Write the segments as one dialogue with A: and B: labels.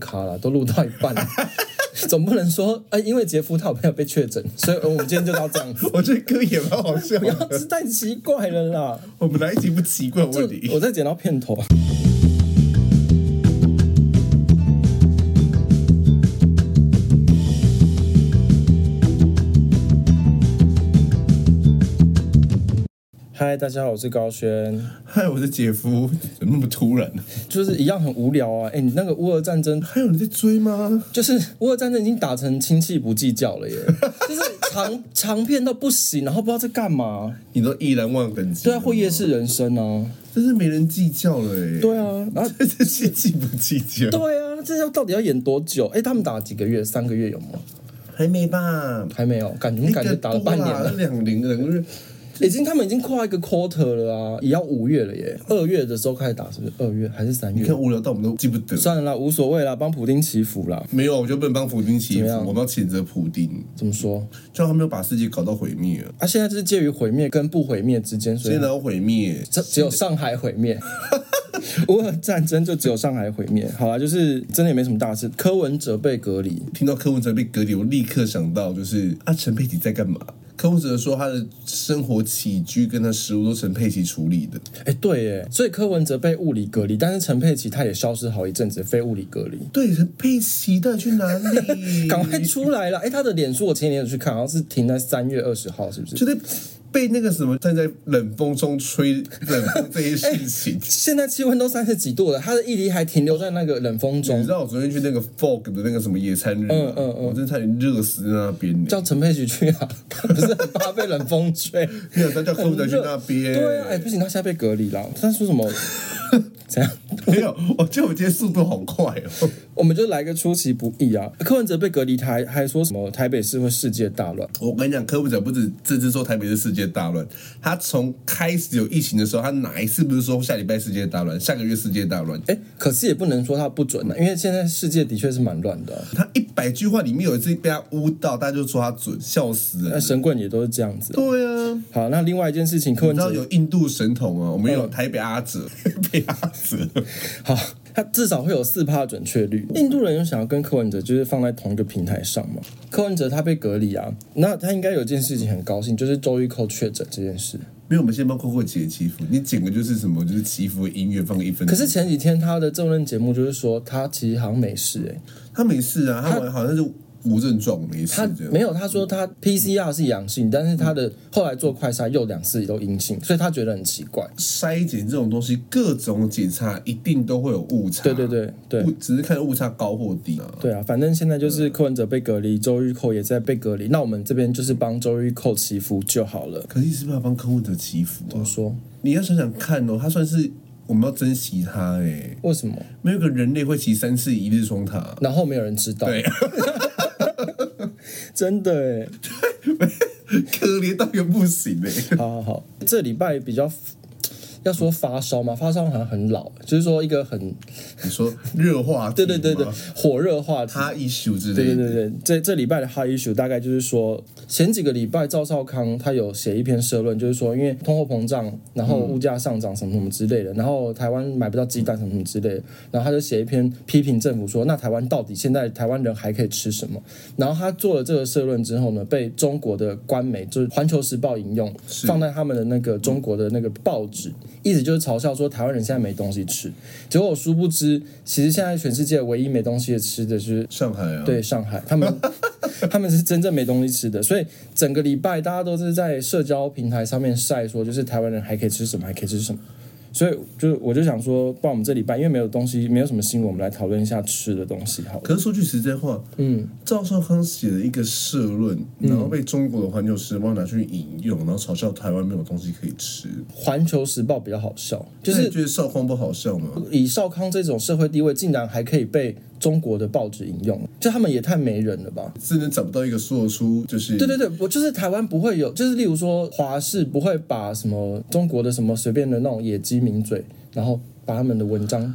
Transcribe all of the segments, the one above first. A: 趴了，都录到一半了。 总不能说，哎、因为杰夫他有朋友被确诊，所以呃我们今天就到这样。
B: 我觉得歌也蛮好笑
A: 不要，这
B: 的。
A: 太奇怪了啦！
B: 我们来一集不奇怪，我
A: 这
B: 问你，
A: 我在剪到片头。嗨，大家好，我是高轩，
B: 嗨，我是姐夫，怎么那么突然？
A: 就是一样很无聊啊。哎、你那个乌俄战争
B: 还有人在追吗？
A: 就是乌俄战争已经打成亲戚不计较 了耶，就是长长片到不行，然后不知道在干嘛。
B: 你都依然忘本级，
A: 对啊，或夜市人生啊，
B: 真是没人计较了哎。
A: 对啊，然后
B: 这这是计不计较？
A: 对啊，这要到底要演多久？哎，他们打了几个月？三个月有吗？
B: 还没吧？
A: 还没有，感觉
B: 一啊
A: 感觉打了半年了，
B: 两零两个月，
A: 已经他们已经跨一个 quarter 了啊，也要五月了耶。二月的时候开始打，是不是？二月还是三
B: 你
A: 月
B: 看？无聊到我们都记不得。
A: 算了啦，无所谓啦，帮普丁祈福啦。
B: 没有，我就不能帮普丁祈
A: 怎
B: 福
A: 么，样
B: 我们要谴责普丁，
A: 怎么说？
B: 就他没有把世界搞到毁灭了，
A: 啊，现在就是介于毁灭跟不毁灭之间，所以
B: 现在要毁灭，
A: 这只有上海毁 灭。乌俄战争就只有上海毁灭，好啦，就是真的也没什么大事。柯文哲被隔离，
B: 听到柯文哲被隔离，我立刻想到就是啊，陈佩琪在干嘛？柯文哲说他的生活起居跟他食物都陈佩琪处理的，
A: 哎、对耶，所以柯文哲被物理隔离，但是陈佩琪她也消失好一阵子，非物理隔离，
B: 对，陈佩琪到底去哪 里？
A: 赶快出来了。哎、她的脸书我前几天有去看，好像是停在三月二十号，是不是？
B: 就在被那个什么站在冷风中吹冷风这些事情。
A: 现在气温都三十几度了，她的毅力还停留在那个冷风
B: 你
A: 中
B: 知。道我昨天去那个 Fog 的那个什么野餐日吗，啊
A: 嗯嗯嗯
B: 我真的差点热死在那边呢。
A: 叫陈佩琪去啊， 她不是很怕被冷风 吹？
B: 没有，他叫柯文哲去那边。
A: 对啊，哎、不行，她现在被隔离了。她说什 么？怎样？
B: 没有，我觉得我今天速度好快哦。
A: 我们就来个出其不意啊！柯文哲被隔离台，还还说什么台北市会世界大乱？
B: 我跟你讲，柯文哲不止这次说台北是世界大乱，他从开始有疫情的时候，他哪一次不是说下礼拜世界大乱，下个月世界大乱？
A: 哎，可是也不能说他不准啊，因为现在世界的确是蛮乱的啊、
B: 他一百句话里面有一次被他污到，大家就说他准，笑死
A: 那
B: 人。
A: 神棍也都是这样子啊。
B: 对啊，
A: 好，那另外一件事情，柯文
B: 你知道
A: 哲
B: 有印度神童啊，我们有台北阿哲， 台北阿哲，
A: 好，他至少会有四趴准确率。印度人有想要跟柯文哲就是放在同一个平台上嘛？柯文哲他被隔离啊，那他应该有件事情很高兴，就是周玉蔻确诊这件事。
B: 没有，我们先帮扣扣姐祈福，你剪个就是什么，就是祈福的音乐放个一分钟。
A: 可是前几天他的政论节目就是说他其实好像没事哎、
B: 他没事啊，他好像是无症状没事
A: 他
B: 这样。嗯
A: 没有，他说他 PCR 是阳性，但是他的后来做快筛又两次都阴性，所以他觉得很奇怪。
B: 嗯筛检这种东西，各种检查一定都会有误差。
A: 对对对
B: 误
A: 对
B: 只是看误差高或低啊。
A: 对啊，反正现在就是柯文哲被隔离，周玉蔻也在被隔离，那我们这边就是帮周玉蔻祈福就好了。
B: 可是你是不是要帮客户者祈福
A: 我
B: 啊？
A: 说
B: 你要想想看哦，他算是我们要珍惜他哎、
A: 为什么？
B: 没有一个人类会骑三次一日双塔。
A: 然后没有人知道，
B: 对，
A: 真 的
B: 可怜到一个不行哎、
A: 哎，好好好，这礼拜比较。要说发烧吗？发烧好像很老，就是说一个
B: 嗯
A: 很
B: 你说热化，
A: 对对对对，
B: 嗯
A: 火热话题。
B: 他一宿之
A: 对
B: 类的，
A: 对对对，这这礼拜的 high issue 大概就是说，前几个礼拜赵少康他有写一篇社论，就是说因为通货膨胀，然
B: 嗯
A: 后物价上涨什么什么之类的，然后台湾买不到鸡蛋什么什么之类的，然后他就写一篇批评政府说，那台湾到底现在台湾人还可以吃什么？然后他做了这个社论之后呢，被中国的官媒就是《环球时报》引用，
B: 是
A: 放在他们的那个中国的那个报纸，意思就是嘲笑说台湾人现在没东西吃。结果殊不知，其实现在全世界唯一没东西吃的就是
B: 上海啊，
A: 对上海，他们他们是真正没东西吃的，所以整个礼拜大家都是在社交平台上面晒说，就是台湾人还可以吃什么，还可以吃什么。所以就我就想说，不然我们这礼拜因为没有东西，没有什么新闻，我们来讨论一下吃的东西好了。
B: 可是说句实在话，嗯，赵少康写了一个社论，
A: 嗯
B: 然后被中国的环球时报拿去引用，然后嘲笑台湾没有东西可以吃，
A: 环球时报比较好笑，就
B: 那你
A: 是
B: 觉得少康不好笑吗？
A: 以少康这种社会地位，竟然还可以被中国的报纸引用，就他们也太没人了吧？
B: 真的找不到一个说得出就是
A: 对对对，我就是台湾不会有，就是例如说华视不会把什么中国的什么随便的那种野鸡名嘴，然后把他们的文章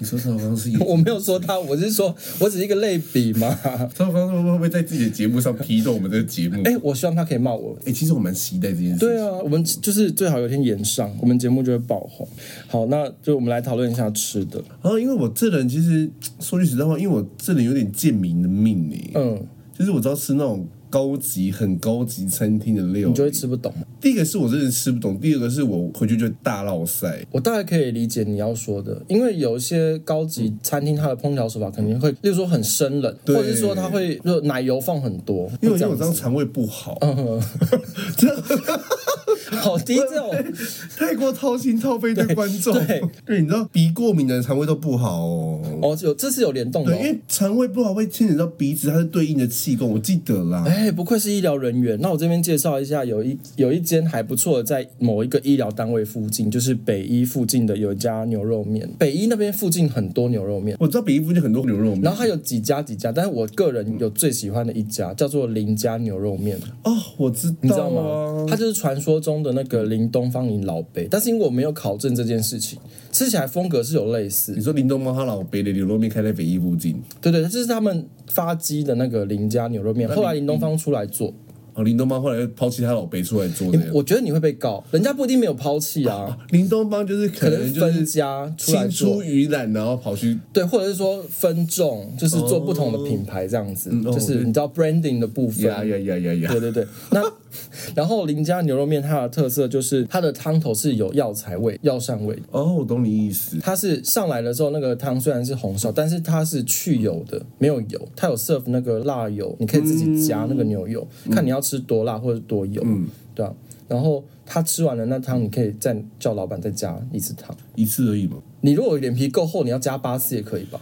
B: 你说赵少康是演
A: 我没有说他，我是说，我只是一个类比嘛。
B: 赵少康会不会在自己的节目上批斗我们这个节目？
A: 哎、我希望他可以骂我。
B: 哎、其实我蛮期待这件事。
A: 对啊，我们就是最好有一天演上，我们节目就会爆红。好，那就我们来讨论一下吃的。
B: 然后因为我这人其实说句实在话，因为我这人有点贱民的命呢、
A: 嗯，
B: 就是我只要吃那种高级、很高级餐厅的料
A: 你就会
B: 理，
A: 吃不懂。
B: 第一个是我真的吃不懂，第二个是我回去就大落塞。
A: 我大概可以理解你要说的，因为有一些高级餐厅，它的烹调手法肯定会，例如说很生冷，或
B: 对
A: 者是说它会就奶油放很多，
B: 因为我
A: 这
B: 觉得
A: 样
B: 我这样
A: 子。
B: 肠胃不好，
A: 好低调，
B: 太过掏心掏肺对观众。
A: 对
B: 对，你知道鼻过敏的人肠胃都不好哦。
A: 哦，有这是有联动的、
B: 对，
A: 哦
B: 因。为肠胃不好会牵扯到鼻子，它是对应的气功，我记得啦。
A: 哎，不愧是医疗人员。那我这边介绍一下，有一有一间还不错的，在某一个医疗单位附近，就是北医附近的有一家牛肉面。北医那边附近很多牛肉面，
B: 我知道北一附近很多牛肉面
A: 然后还有几家几家，但是我个人有最喜欢的一家，叫做林家牛肉面。
B: 哦，我知
A: 你知
B: 道
A: 道
B: 啊
A: 吗？。它就是传说中的那个林东方林老北，但是因为我没有考证这件事情，吃起来风格是有类似
B: 你，说林东猫他老北的牛肉面开在北一附近，
A: 对对，这是他们发迹的那个林家牛肉面，后来林东方
B: 嗯
A: 出来做，
B: 哦，林东猫后来又抛弃他老北出来做
A: 你
B: 的。
A: 我觉得你会被告，人家不一定没有抛弃 啊，
B: 林东帮就是可
A: 可能
B: 能就
A: 分
B: 是
A: 家出来
B: 青出
A: 做。
B: 于蓝，然后跑去
A: 对，或者是说分众，就是做不同的品牌这样子，
B: 嗯哦
A: 就是
B: 对
A: 你知道 branding 的部分。
B: 呀呀呀呀呀，
A: 对对 对，那然后林家牛肉面它的特色就是它的汤头是有药材味、药膳味的
B: 哦，我懂你意思。
A: 它是上来的时候，那个汤虽然是红烧，但是它是去油的，没有油。它有 serve 那个辣油，你可以自己加那个牛油，看你要吃多辣或者多油，对啊。然后它吃完了那汤，你可以再叫老板再加一次汤。
B: 一次而已嘛。
A: 你如果脸皮够厚，你要加八次也可以吧？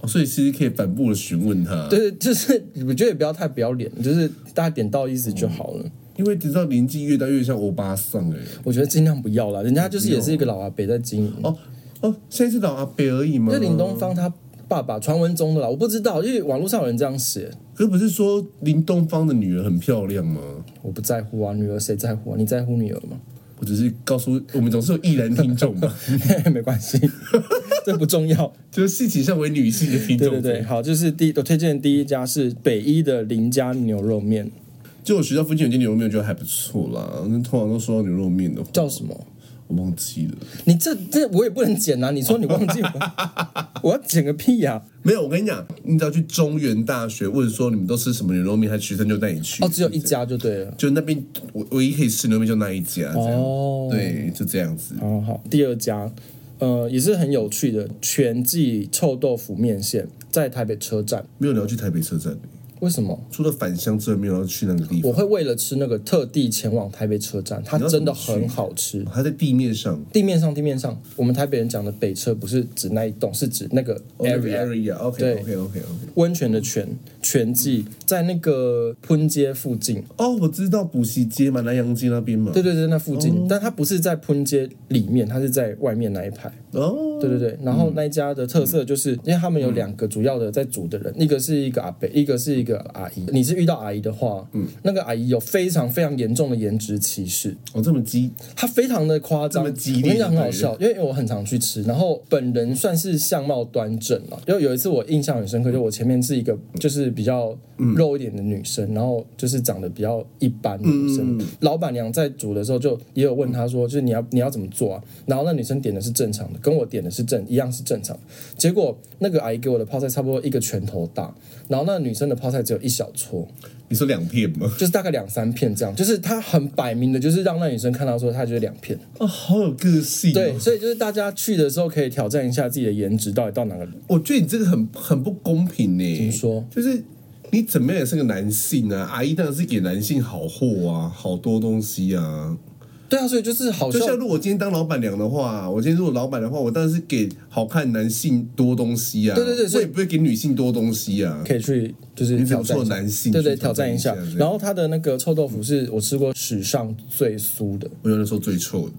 B: 哦，所以其实可以反复的询问他，
A: 对，就是我觉得也不要太不要脸，就是大家点到意思就好了。
B: 因为直到年纪越大越像欧巴桑哎、
A: 我觉得尽量不要啦，人家就是也是一个老阿伯在经营。
B: 哦哦，现在是老阿伯而已吗？
A: 就林东，方他爸爸传闻中的啦，我不知道，因为网络上有人这样写。
B: 可不是说林东方的女儿很漂亮吗？
A: 我不在乎啊，女儿谁在乎啊？你在乎女儿吗？
B: 我只是告诉我们总是有意男听众嘛，
A: 没关系， 这不重 要。
B: 就是性倾向为女性的听
A: 对
B: 众。
A: 对对，，好，就是第我推荐的第一家是北一的林家牛肉面，
B: 就我学校附近有间牛肉面，我觉得还不错啦。那通常都说到牛肉面的话，
A: 叫什么？
B: 我忘记了。
A: 你这这我也不能剪啊！你说你忘记 我，我要剪个屁啊呀、
B: 没有，我跟你讲，你只要去中原大学问说你们都吃什么牛肉面，他学生就带你去。
A: 哦，只有一，家就对了。
B: 就那边唯唯一可以吃牛肉面就那一家。这样
A: 哦，
B: 对，就这样子。
A: 好哦好，第二家，呃，也是很有趣的全记臭豆腐面线，在台北车站。
B: 没有聊去台北车站，
A: 为什么？
B: 除了返乡之外，没有要去那个地
A: 我
B: 方。
A: 会为了吃那个特地前往台北车站，它
B: 你要
A: 真的
B: 怎么
A: 很
B: 去
A: 好吃。
B: 它在地面上哦
A: 地面上，地面上，我们台北人讲的北车不是指那一栋，是指哦那个 area。
B: area OK OK OK OK。
A: 温泉的泉泉记在那个喷街附近，
B: 哦，我知道补习街嘛，南洋街那边嘛。
A: 对对对，那附近，但它不是在喷街里面，它是在外面那一排。
B: 哦，
A: 对对对，然后那一家的特色就是，因为他们有两个主要的在煮的人，一个是一个阿伯，一个是一个阿姨。你是遇到阿姨的话，嗯，那个阿姨有非常非常严重的颜值歧视，
B: 哦这么激，
A: 他非常的夸张，
B: 这
A: 我
B: 么
A: 跟
B: 激
A: 你
B: 烈
A: 讲很好笑，因为我很常去吃，然后本人算是相貌端正了。因为有一次我印象很深
B: 嗯
A: 刻，就我前面是一个就是比较肉一点的女生，然后就是长得比较一般的女
B: 嗯
A: 生。老板娘在煮的时候就也有问她说，就是你要你要怎么做啊？然后那女生点的是正常的，跟我点的是正一样是正常的。结果那个阿姨给我的泡菜差不多一个拳头大，然后那女生的泡菜只有一小撮。
B: 你说两片吗？
A: 就是大概两三片这样，就是他很摆明的，就是让那女生看到说她就是两片。
B: 哦，好有个性、哦。
A: 对，，所以就是大家去的时候可以挑战一下自己的颜值到底到哪个。
B: 我觉得你这个很很不公平呢。怎
A: 么说？
B: 就是你怎么样也是个男性啊，阿姨当然是给男性好货啊，好多东西啊。
A: 对啊，所以就是好
B: 就
A: 像
B: 像如果我今天当老板娘的话，我今天如果老板的话，我当然是给好看男性多东西啊。
A: 对对对所
B: 我
A: 以
B: 也不会给女性多东西啊。
A: 可以去就是
B: 你怎
A: 挑
B: 么
A: 战
B: 做
A: 一下，
B: 男性？
A: 对
B: 去
A: 对，挑战一下
B: 这样。
A: 然后它的那个臭豆腐是我吃过史上最酥的，
B: 我有人说最臭的。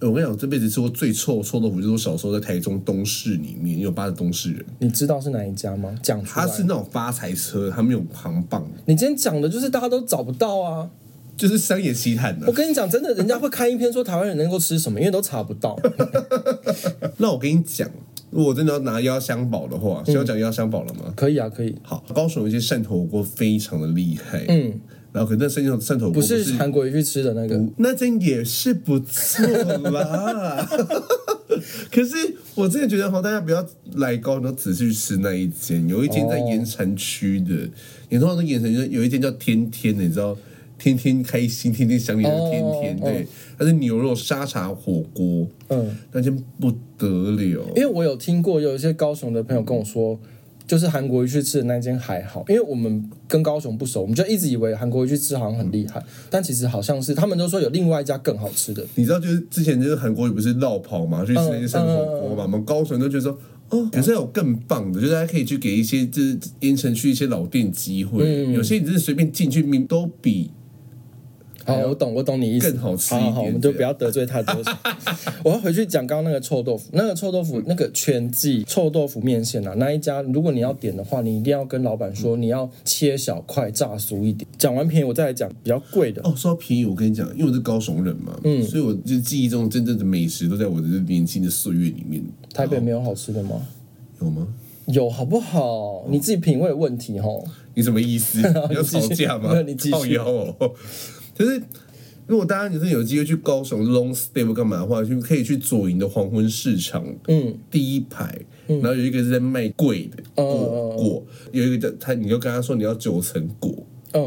B: 呃我跟你讲，我这辈子吃过最臭的臭豆腐，就是我小时候在台中东市里面，因为我爸是东市人，
A: 你知道是哪一家吗？讲出
B: 他
A: 来。
B: 是那种发财车，他没有行棒，
A: 你今天讲的就是大家都找不到啊！
B: 就是商业奇谈啊的、
A: 我跟你讲，真的， 人家会看一篇说台湾人能够吃什么，因为都查不到。
B: 那我跟你讲，如果真的要拿压箱宝的
A: 嗯
B: 话，是要讲压箱宝了吗？
A: 可以啊，可以。
B: 好，高雄有一些汕头火锅非常的厉害，
A: 嗯，
B: 然后可是那汕头汕头火锅
A: 不
B: 不
A: 是
B: 是
A: 韩国瑜去吃的那个，
B: 那间也是不错 啦。可是我真的觉得哈，大家不要来高雄仔细去吃那一间，有一间在
A: 哦
B: 盐城区的，你通常都盐城区有一间叫天天的，你知道。天天开心，天天想你的
A: 哦
B: 天天，
A: 哦
B: 对，它是牛肉沙茶火锅，
A: 嗯，
B: 那间不得了。
A: 因为我有听过有一些高雄的朋友跟我说。就是韩国瑜去吃的那间还好，因为我们跟高雄不熟，我们就一直以为韩国瑜去吃好像很厉害，但其实好像是他们都说有另外一家更好吃的。
B: 你知道，就是之前就是韩国瑜不是绕跑嘛，去吃那些汕头火锅嘛，我们高雄都觉得说，哦，可是有更棒的，就是大家可以去给一些就是盐城区一些老店机会，有些你真的随便进去，明都比
A: 好，我懂，我懂你意思。
B: 更好吃
A: 好
B: 一点
A: 好好，我们就不要得罪太多。我要回去讲刚刚那个臭豆腐，那个臭豆腐，那个全季臭豆腐面线啊，那一家如果你要点的话，你一定要跟老板说你要切小块，炸酥一点。讲完便宜，我再来讲比较贵的。
B: 哦，说到便宜，我跟你讲，因为我是高雄人嘛，嗯，所以我就记忆中真正的美食都在我的年轻的岁月里面。
A: 台北没有好吃的吗？
B: 有吗？
A: 有好不好？你自己品味有问题吼。
B: 你什么 意思？你要吵架吗？
A: 没 有你继续
B: 靠腰哦。 就是如果大家就是有机会去高雄 long stay 或干嘛的话，就可以去左营的黄昏市场，嗯，第一排，然后有一个是在卖贵的
A: 嗯
B: 果果，有一个叫他，你就跟他说你要九层果，
A: 嗯，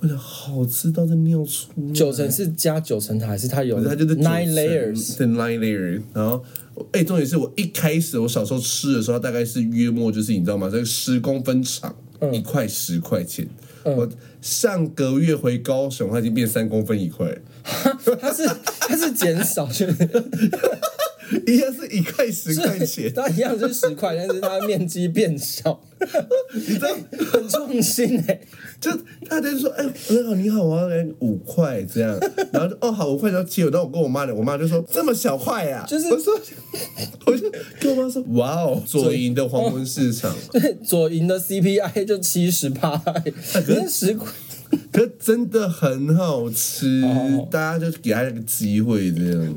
B: 我想好吃到在尿出来
A: 九层是加九层塔，还是它有
B: 可是它就是九
A: nine
B: 层
A: layers？
B: 对 nine layer。然后，哎、重点是我一开始我小时候吃的时候，它大概是约莫就是你知道吗？这个十公分长，
A: 嗯
B: 一块十块钱。我上个月回高雄，它已经变三公分一块，
A: 它是它是减少，就是，
B: 一样是一块十块钱
A: 它一样是十块，但是它面积变小。
B: 你知道？
A: 很创新哎、
B: 就他就说，哎、你好，你好，我要来五块这样， 然后就哦好，五块然后切，然后我跟我妈聊，我妈就说这么小块啊，
A: 就是
B: 我说，我就跟我妈说，哇哦，左营的黄昏 市场，
A: 左营的 CPI 就七十八，可是十块
B: 可是真的很好吃，
A: 哦
B: 大家就给他一个机会 这样。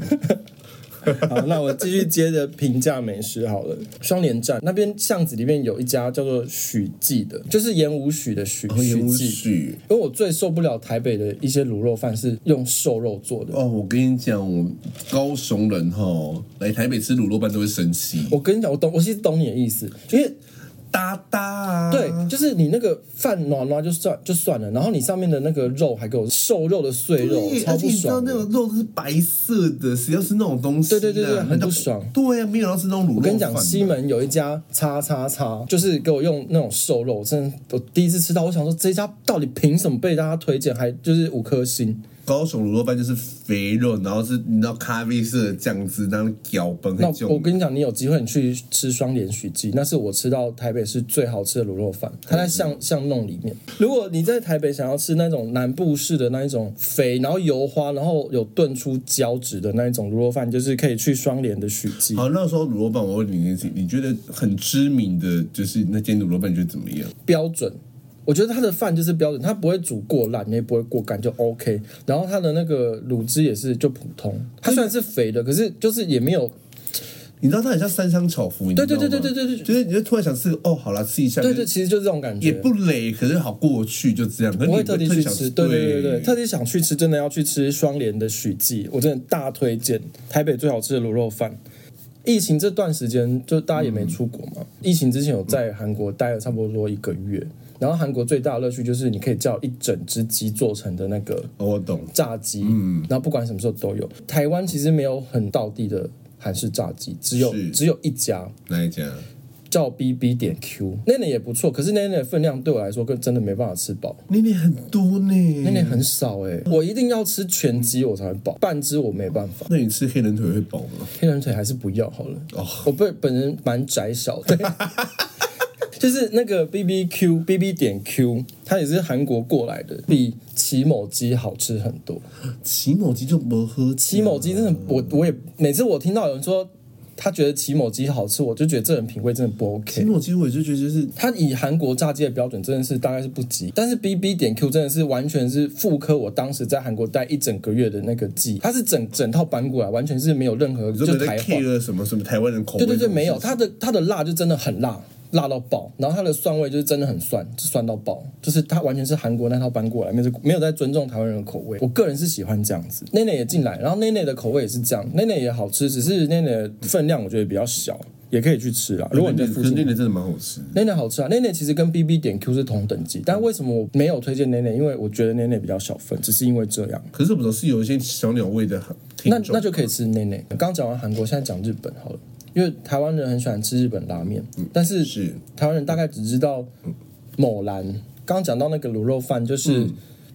A: 好，那我继续接着评价美食好了。双连站那边巷子里面有一家叫做许记的，就是盐无许的许、许
B: 无
A: 记。
B: 哦许
A: 因为我最受不了台北的一些卤肉饭是用瘦肉做的。
B: 哦，我跟你讲，我高雄人哈来台北吃卤肉饭都会生气，
A: 我跟你讲，我懂，我其实懂你的意思，
B: 啊
A: 因为
B: 哒哒啊，
A: 对，就是你那个饭暖暖就算就算了，然后你上面的那个肉还给我瘦肉的碎肉，
B: 对，
A: 超
B: 而且
A: 不
B: 你知道
A: 爽
B: 那
A: 的。
B: 个肉是白色的，谁要吃那种东西、啊？
A: 对对对对很不爽
B: 那对啊，没有人要吃那种卤肉饭。
A: 我跟你讲，西门有一家叉叉叉，就是给我用那种瘦肉，真的，我第一次吃到，我想说这家到底凭什么被大家推荐，还就是五颗星，
B: 高雄卤肉饭就是肥肉，然后是你知道咖啡色的酱汁，然后搅拌
A: 那
B: 很久。
A: 我跟你讲，你有机会你去吃双连许记，那是我吃到台北市最好吃的卤肉饭，它在巷巷弄里面。如果你在台北想要吃那种南部式的那一种肥，然后油花，然后有炖出胶质的那一种卤肉饭，就是可以去双连的许记。
B: 好，那时候卤肉饭，我问你，你你觉得很知名的就是那间卤肉饭，你觉得怎么样？
A: 标准。我觉得它的饭就是标准，它不会煮过烂，也不会过干，就 OK。然后它的那个卤汁也是就普通，它虽然是肥的，可是就是也没有
B: 你知道它很像三香炒福，你知道
A: 对
B: 吗？
A: 对对对对对对
B: 就是你就突然想吃，哦，好啦，吃一下，
A: 对
B: 就
A: 对，其实就是这种感
B: 也
A: 觉。
B: 不累，可是好过去就这样。可是
A: 不
B: 你
A: 会特地去
B: 想
A: 吃，
B: 吃，
A: 对对对对，特地想去吃，真的要去吃双联的许记，我真的大推荐，台北最好吃的卤肉饭。疫情这段时间，就大家也没出国嘛。疫情之前有在韩国待了差不多一个月，然后韩国最大的乐趣就是你可以叫一整只鸡做成的那个
B: 哦我懂。
A: 炸鸡，然后不管什么时候都有。台湾其实没有很道地的韩式炸鸡，只有
B: 是
A: 只有一家
B: 哪一家？
A: 叫 B B 点 Q，那那也不错，可是那那的分量对我来说，跟真的没办法吃饱，
B: 那边很多呢，
A: 那那很少哎、我一定要吃全鸡我才会饱，半只我没办法，
B: 那你吃黑人腿会饱吗？
A: 黑人腿还是不要好了。
B: 哦，
A: 我本本人蛮窄小的。就是那个 B B Q B B 点 Q，它也是韩国过来的，比奇某鸡好吃很多。
B: 骑某鸡就没喝，
A: 奇某鸡真的，我我也每次我听到有人说他觉得奇某鸡好吃，我就觉得这人品味真的不 OK
B: 其。实我其实我就觉得就是
A: 他以韩国炸鸡的标准真的是大概是不及，但是 B B 点 Q 真的是完全是复刻我当时在韩国待一整个月的那个记忆，它是整整套搬过来，完全是没有任何
B: 你
A: 就
B: 说没
A: 台
B: 在
A: 化，
B: care 什么什么台湾人口
A: 对
B: 味，
A: 对对，没有，它的它的辣就真的很辣，辣到爆，然后它的蒜味就是真的很蒜，就蒜到爆，就是它完全是韩国那套搬过来，没有没有在尊重台湾人的口味，我个人是喜欢这样子。内内也进来，然后内内的口味也是这样，内内也好吃，只是内内的分量我觉得比较小，也可以去吃啦。如果你在
B: 可
A: 附
B: 是
A: 近
B: 那个真的蛮好吃，
A: 内内好吃啊，内内其实跟 B B 点 Q 是同等级，但为什么我没有推荐内内？因为我觉得内内比较小份，只是因为这样。
B: 可是我不知道是有一些小鸟胃的听
A: 那
B: 众，
A: 那就可以吃内内。刚讲完韩国，现在讲日本好了，因为台湾人很喜欢吃日本拉面，但是
B: 是
A: 台湾人大概只知道某兰。刚讲到那个卤肉饭，就是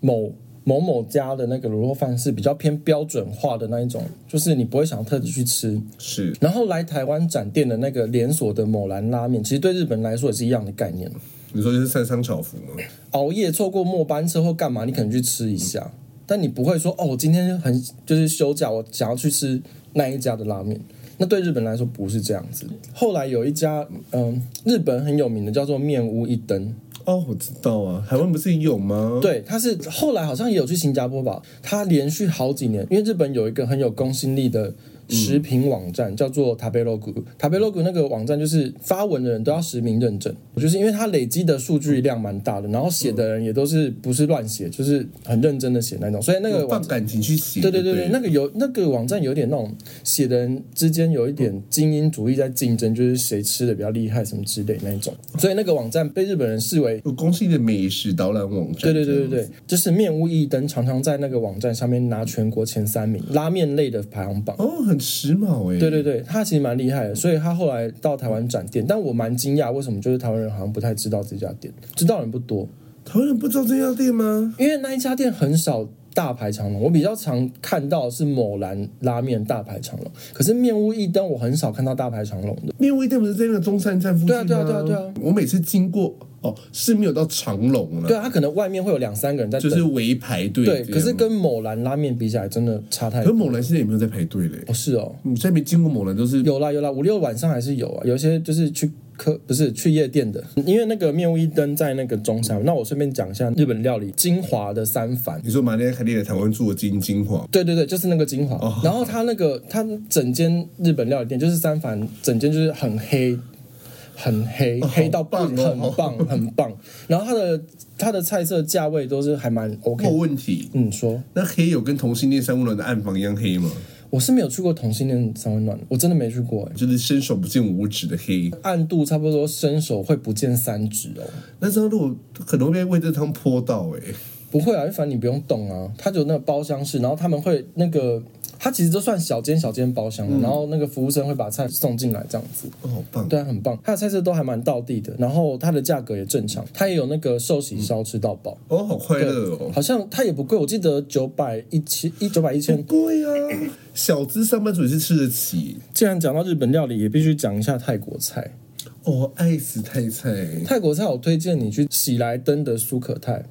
A: 某。某某家的那个卤肉饭是比较偏标准化的那一种，就是你不会想特地去吃，
B: 是
A: 然后来台湾展店的那个连锁的某兰拉面，其实对日本来说也是一样的概念。
B: 你说就是三商巧福吗？
A: 熬夜错过末班车或干嘛，你可能去吃一下，但你不会说哦，我今天很就是休假，我想要去吃那一家的拉面。那对日本来说不是这样子。后来有一家嗯，日本很有名的叫做面屋一灯，
B: 哦，我知道啊，台湾不是有吗？，
A: 对，它是后来好像也有去新加坡吧，它连续好几年，因为日本有一个很有公信力的。食品网站叫做 Tabelog，Tabelog 那个网站就是发文的人都要实名认证，就是因为它累积的数据量蛮大的，然后写的人也都是不是乱写，就是很认真的写那种，所以那个
B: 有
A: 网
B: 放感情去写，
A: 对
B: 对
A: 对对对，那个有那个网站有点那种写的人之间有一点精英主义在竞争，就是谁吃的比较厉害什么之类那种，所以那个网站被日本人视为
B: 有公信力的美食导览网站，
A: 对对对对对，就是面屋一灯常常在那个网站上面拿全国前三名，拉面类的排行榜。
B: 哦，很时髦哎、
A: 对对对，他其实蛮厉害的，所以他后来到台湾展店，但我蛮惊讶，为什么就是台湾人好像不太知道这家店，知道人不多，
B: 台湾人不知道这家店吗？
A: 因为那一家店很少大排长龙，我比较常看到的是某兰拉面大排长龙，可是面屋一灯我很少看到大排长龙的。
B: 面味店不是在那个中山站附近吗？
A: 对啊对啊对啊对啊
B: 我每次经过，哦，是没有到长龙了，
A: 对，啊，他可能外面会有两三个人在
B: 就
A: 等，
B: 是围排队这
A: 对，
B: 样。
A: 可是跟某兰拉面比起来，真的差太
B: 可是
A: 多。
B: 猛男现在也没有在排队嘞、
A: 不是哦，
B: 我现在没经过猛男都是
A: 有啦有啦，五六晚上还是有啊，有一些就是去客不是去夜店的，因为那个面屋一灯在那个中山，那我顺便讲一下日本料理精华的三番。
B: 你说玛丽亚凯莉的台湾做金精华，
A: 对对对，就是那个精华。
B: 哦
A: 然后它那个它整间日本料理店就是三番，整间就是很黑，很黑，黑到不
B: 棒
A: 行
B: 哦
A: 很棒很棒。然后它的它的菜色价位都是还蛮 OK
B: 破
A: 的。
B: 问题。
A: 嗯，说
B: 那黑有跟同性恋三温暖的暗房一样黑吗？
A: 我是没有去过同性恋三温暖，我真的没去过、欸。
B: 就是伸手不见五指的黑。
A: 暗度差不多伸手会不见三指哦。
B: 那这样如果很容易被味噌汤泼到哎、
A: 不会啊，因为反正你不用动啊，它就有那个包厢式，然后他们会那个，它其实就算小间小间包厢，然后那个服务生会把菜送进来这样子，
B: 哦，好棒！
A: 对啊，很棒，它的菜色都还蛮到地的，然后它的价格也正常，它也有那个寿喜烧吃到饱，
B: 哦，好快乐哦。
A: 好像它也不贵，我记得九百一千一九百一千。
B: 贵啊，小资上班族也是吃得起。
A: 既然讲到日本料理，也必须讲一下泰国菜。
B: 哦，爱死泰菜！
A: 泰国菜我推荐你去喜来登的苏可泰，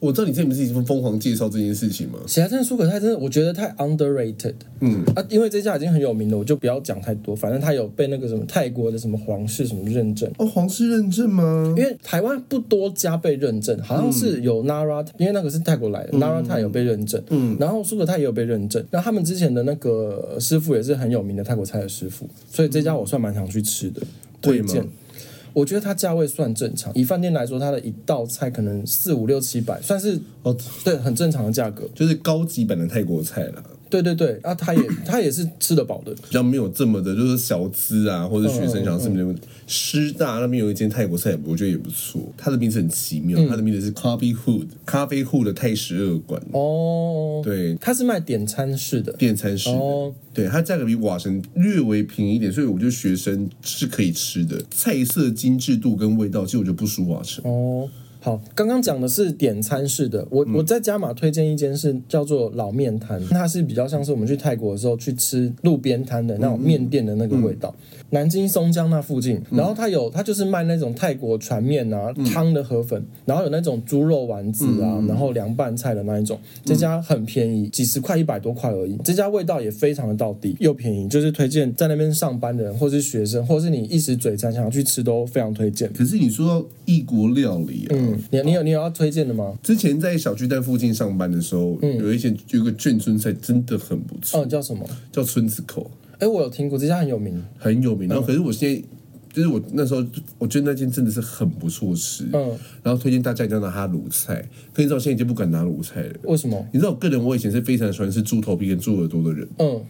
B: 我知道你之前不是已经疯狂介绍这件事情吗？
A: 喜来登的苏可泰真的我觉得太 underrated。
B: 嗯，
A: 啊，因为这家已经很有名了，我就不要讲太多。反正他有被那个什么泰国的什么皇室什么认证，
B: 哦，皇室认证吗？
A: 因为台湾不多家被认证，好像是有 Nara，、因为那个是泰国来的、n a r a 泰有被认证，嗯，然后苏格泰也有被认证。那他们之前的那个师傅也是很有名的泰国菜的师傅，所以这家我算蛮常去吃的，
B: 贵
A: 推
B: 吗
A: 荐。我觉得它价位算正常，以饭店来说，它的一道菜可能四五六七百，算是
B: 哦，
A: 对很正常的价格。
B: 就是高级版的泰国菜啦，
A: 对对对，啊，它也它也是吃得饱的。
B: 比较没有这么的，就是小资啊，或者学生想要吃
A: 嗯
B: 没问题。师大那边有一间泰国菜，我觉得也不错，它的名字很奇妙，
A: 嗯
B: 它的名字是 Coffee Hood，咖啡户的泰式二馆，
A: 哦，
B: 对，
A: 它是卖点餐式的，
B: 电餐式的。
A: 哦
B: 对，它价格比瓦城略微便宜一点，所以我觉得学生是可以吃的。菜色精致度跟味道，其实我觉得不输瓦城。
A: 哦，好，刚刚讲的是点餐式的，我、我在加码推荐一间是叫做老面摊，它是比较像是我们去泰国的时候去吃路边摊的那种面店的那个味道。南京松江那附近，然后它有它就是卖那种泰国船面啊、汤的河粉，然后有那种猪肉丸子啊，然后凉拌菜的那一种。这家很便宜，几十块、一百多块而已。这家味道也非常的到底，又便宜，就是推荐在那边上班的人，或是学生，或是你一时嘴馋想要去吃都非常推荐。
B: 可是你说到异国料理啊，
A: 嗯，你你有你有要推荐的吗？
B: 之前在小巨蛋附近上班的时候，有一些有一个眷村菜真的很不错，
A: 嗯，叫什么？
B: 叫村子口，
A: 哎，我有听过，这家很有名。
B: 很有
A: 嗯
B: 名。然后可是我现在。就是我那时候，我觉得那间真的是很不错吃，
A: 嗯，
B: 然后推荐大家一定要拿它卤菜。可你知道我现在已经不敢拿卤菜了。
A: 为什么？
B: 你知道我个人，我以前是非常喜欢吃猪头皮跟猪耳朵的人。
A: 嗯，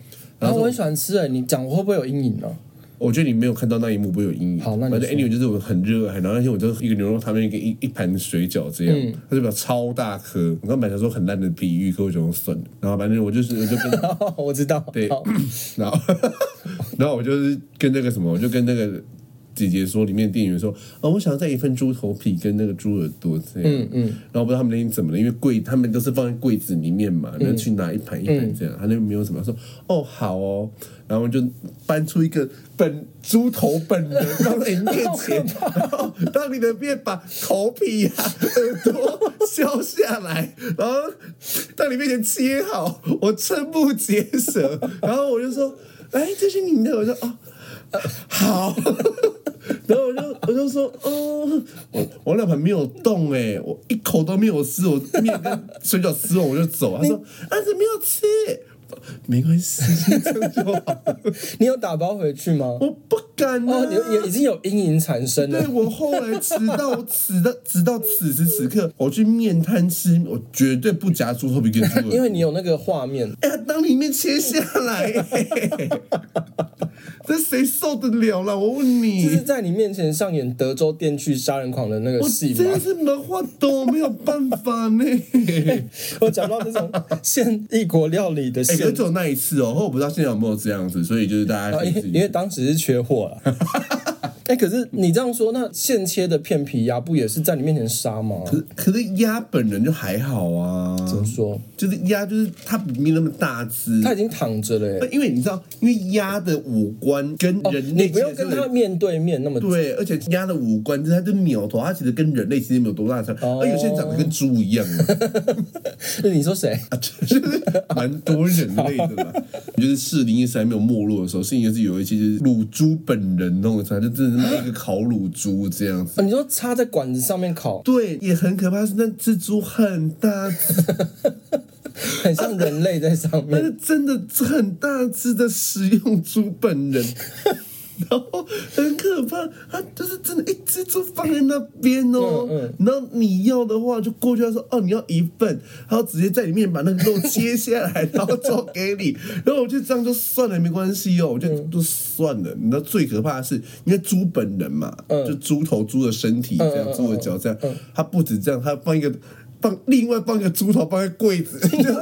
A: 然后我很喜欢吃、哎，你讲我会不会有阴影呢、
B: 我觉得你没有看到那一幕，不会有阴影。
A: 好那你
B: 反
A: 说
B: 正 anyway 就是我很热爱，然后那天我就一个牛肉汤面跟一一盘水饺这
A: 嗯
B: 样，它就比较超大颗。我刚本来想说很烂的比喻，可我觉得算了。然后反正我就是我就跟
A: 我知道，
B: 对
A: 好，
B: 然后然后我就是跟那个什么，我就跟那个姐姐说，里面店员说，哦，我想要再一份猪头皮跟那个猪耳朵这样。嗯嗯。然后不知道他们那天怎么了，因为柜他们都是放在柜子里面嘛，
A: 嗯
B: 然后去拿一盘一盘这样，他那边没有什么，他说哦好哦，然后我就搬出一个本猪头本人到你面前，然后让你的面把头皮呀、耳朵削下来，然后到你面前切好，我瞠目结舌，然后我就说，哎，这是你的，我说哦。好，然后我就我就说，哦，我我那盘没有动哎、我一口都没有吃，我面跟水饺吃完我就走。他说啊，怎么没有吃？没关系，这样就好。
A: 你有打包回去吗？
B: 我不敢啊。
A: 哦，你有有已经有阴影产生
B: 对
A: 了。
B: 我后来直到此的，直到此时此刻，我去面摊吃，我绝对不夹猪头皮跟猪耳。
A: 因为你有那个画面，
B: 哎呀，当里面切下 来、嘿这谁受得了啦？我问你，
A: 就是在你面前上演德州电锯杀人狂的那个
B: 我
A: 戏
B: 真
A: 嘛
B: 的。是没话多，没有办 法呢。
A: 我讲到这种现异国料理的
B: 哎、可
A: 现
B: 是只有那一次哦，我不知道现在有没有哎这样子，所以就是大家
A: 啊，
B: 可以
A: 因为
B: 自己
A: 因为当时是缺货了。 哎、可是你这样说，那现切的片皮鸭不也是在你面前杀吗？
B: 可是可是鸭本人就还好啊，
A: 怎么说？
B: 就是鸭就是它没那么大只，
A: 它已经躺着了、欸，
B: 因为你知道，因为鸭的五官跟
A: 哦，
B: 哎人
A: 你
B: 类其实是有、
A: 不用跟它面对面那么
B: 对，而且鸭的五官，就是它的苗头，它其实跟人类其实没有多大差，
A: 哦
B: 而有些人长得跟猪一样啊，
A: 是你说谁？
B: 啊就是蛮多人类的 啦。就是士林夜市还没有没落的时候，士林夜市有一些就是卤猪本人弄的菜，就真的是一个烤卤猪这样子。
A: 哦，你说插在管子上面烤，
B: 对，也很可怕，是那只猪很大只，
A: 很像人类在上
B: 那
A: 面。
B: 是真的很大只的食用猪本 人，然后很可怕，它就是真的一只猪放在那边哦，
A: 嗯
B: 然后你要的话就过去，他说哦你要一份，然后直接在里面把那个肉切下来，然后做给你，然后我就这样就算了，没关系哦，我就
A: 嗯
B: 就算了。你知道最可怕的是，因为猪本人嘛，就猪头、猪的身体这样
A: 嗯嗯嗯，嗯
B: 猪的脚这样，它不止这样，它放一个。放另外放一个猪头放在 柜子，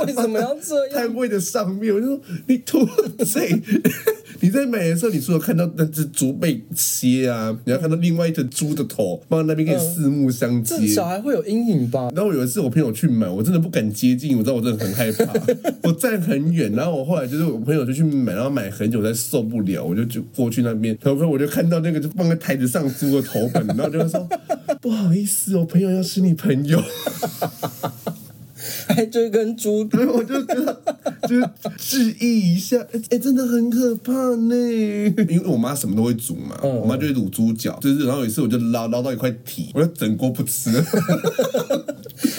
A: 为什么要这样？
B: 摊位的上面，我就说你吐谁？ 你在买的时候，你除了看到那只猪被切啊，你要看到另外一只猪的头放在那边，跟你四目相接。
A: 这小孩会有阴影吧？
B: 然后有一次我朋友去买，我真的不敢接近，我知道我真的很害怕，我站很远。然后我后来就是我朋友就去买，然后买很久才受不了，我就就过去那边，然后我就看到那个就放在台子上猪的头本，然后就说 不好意思，我朋友要吃你朋友。
A: 哎，就是跟 猪
B: 所以我就觉得 就是致意一下，哎、哎真的很可怕呢。 嗯因为我妈什么都会煮嘛，我妈就会卤猪脚，就是然后有一次我就捞捞到一块蹄，我就整锅不 吃了。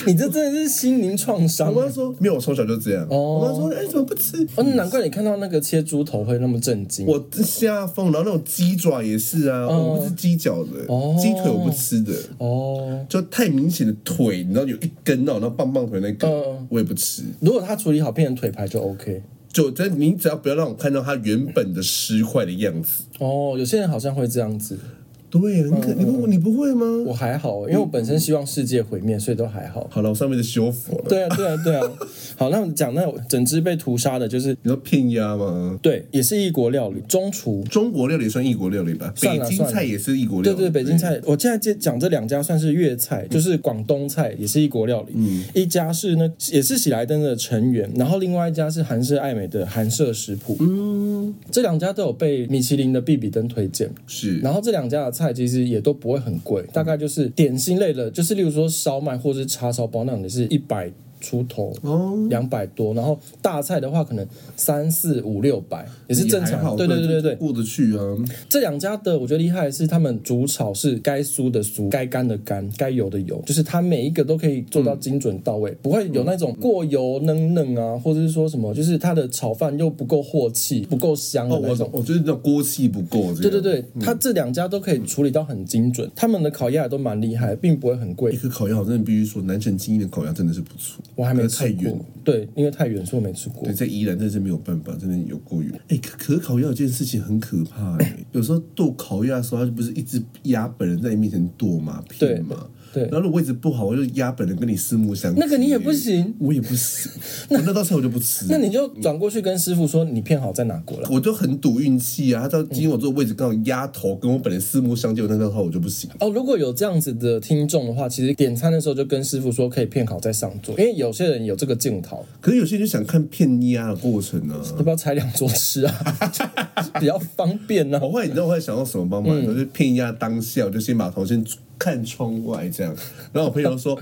A: 你这真的是心灵创伤
B: 我。妈说没有，我从小就这样。我妈说哎、怎么不吃？
A: 哦，难怪你看到那个切猪头会那么震惊。
B: 我下风，然后那种鸡爪也是啊，我不吃鸡脚的，鸡腿我不吃的，
A: 哦，
B: 就太明显的腿，你知道有一根哦，然后棒棒腿那根、我也不吃。
A: 如果他处理好变成腿排就 OK。
B: 就真你只要不要让我看到它原本的尸块的样子，嗯
A: 哦，有些人好像会这样子。
B: 对，很可。你问我你不会吗？
A: 我还好，欸因为我本身希望世界毁灭，所以都还好。
B: 好了，我上面的修复了。
A: 对啊，对啊，对啊。 好，那我们讲那整只被屠杀的，就是
B: 你说片鸭吗？
A: 对，也是异国料理，中厨。
B: 中国料理算异国料理吧，
A: 算
B: 北
A: 了
B: 京
A: 算了
B: 菜也是异国料
A: 对
B: 理。
A: 对，北京菜，我现在接讲这两家算是粤菜，就是广东菜，也是异国料理。一家是呢，也是喜来登的成员，然后另外一家是韩式爱美的韩舍食谱。嗯，这两家都有被米其林的必比登推荐。
B: 是
A: 然后这两家的菜其实也都不会很贵，大概就是点心类的，就是例如说烧麦或是叉烧包那种，也是一百出头，
B: 哦，
A: 两百多。然后大菜的话，可能三四五六百，也是
B: 也
A: 正
B: 还
A: 常。
B: 好
A: 对对对对哦对，
B: 过得去啊。
A: 这两家的我觉得厉害的是，他们煮炒是该酥的酥，该干的干，该油的油，就是它每一个都可以做到精准到位，不会有那种过油嫩嫩啊，或者是说什么，就是它的炒饭又不够和气，不够香
B: 哦，
A: 的那
B: 我嗯
A: 种。
B: 我觉得那锅气不够。
A: 对对，对，它这两家都可以处理到很精准，他们的烤鸭也都蛮厉害，并不会很贵
B: 一。个烤鸭，我真的必须说，南城精英的烤鸭真的是不错。
A: 我还没
B: 可是太
A: 吃
B: 远
A: 过，对，因为太远，所以我没吃过
B: 对，。在宜兰真是没有办法，真的有够远。哎、可可烤鸭有件事情很可怕、哎，有时候剁烤鸭的时候，它就不是一只鸭本人在你面前剁嘛，
A: 对
B: 拼嘛。
A: 对
B: 然后如果位置不好，我就鸭本人跟你四目相。
A: 那个你也不，行，
B: 我也不 行。那那道菜我就不吃。
A: 那你就转过去跟师傅说你片好再拿过来。
B: 我就很赌运气啊！他到今天我坐的位置刚好鸭头跟我本人四目相接，我那道菜我就不行。
A: 哦，如果有这样子的听众的话，其实点餐的时候就跟师傅说可以片好再上桌，因为有些人有这个镜头，
B: 可是有些人就想看片鸭的过程啊 呢、
A: 要不要拆两桌吃啊？ 比较方便啊呢、
B: 我会，你知道我会想到什么帮忙？
A: 嗯
B: 就是骗一下当下，我就先把头先看窗外这样。然后我朋友说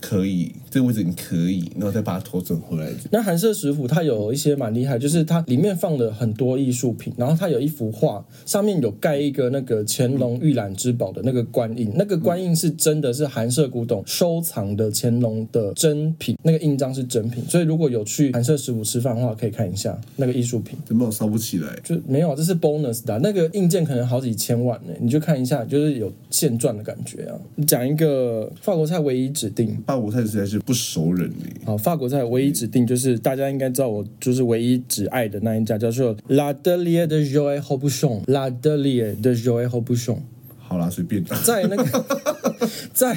B: 可以，这个位置你可以，然后再把头转回来。
A: 那韩舍食府它有一些蛮厉害，就是它里面放了很多艺术品，然后它有一幅画，上面有盖一个那个乾隆御览之宝的那个官印，那个官印是真的是韩舍古董收藏的乾隆的真品，那个印章是真品，所以如果有去韩舍食府吃饭的话，可以看一下那个艺术品。
B: 怎么我烧不起来？
A: 就没有，这是 bonus 的啊、那个硬件可能好几千万呢、你就看一下，就是有现赚的感觉啊。讲一个法国菜唯一指定，
B: 八五菜实在是不熟人呢、
A: 好，法国菜唯一指定就是大家应该知道，我就是唯一只爱的那一家，叫做 La Delia de Joie h o b u s h o n La Delia de Joie h o b u s h o n
B: 好啦，随便啦。
A: 在那个 在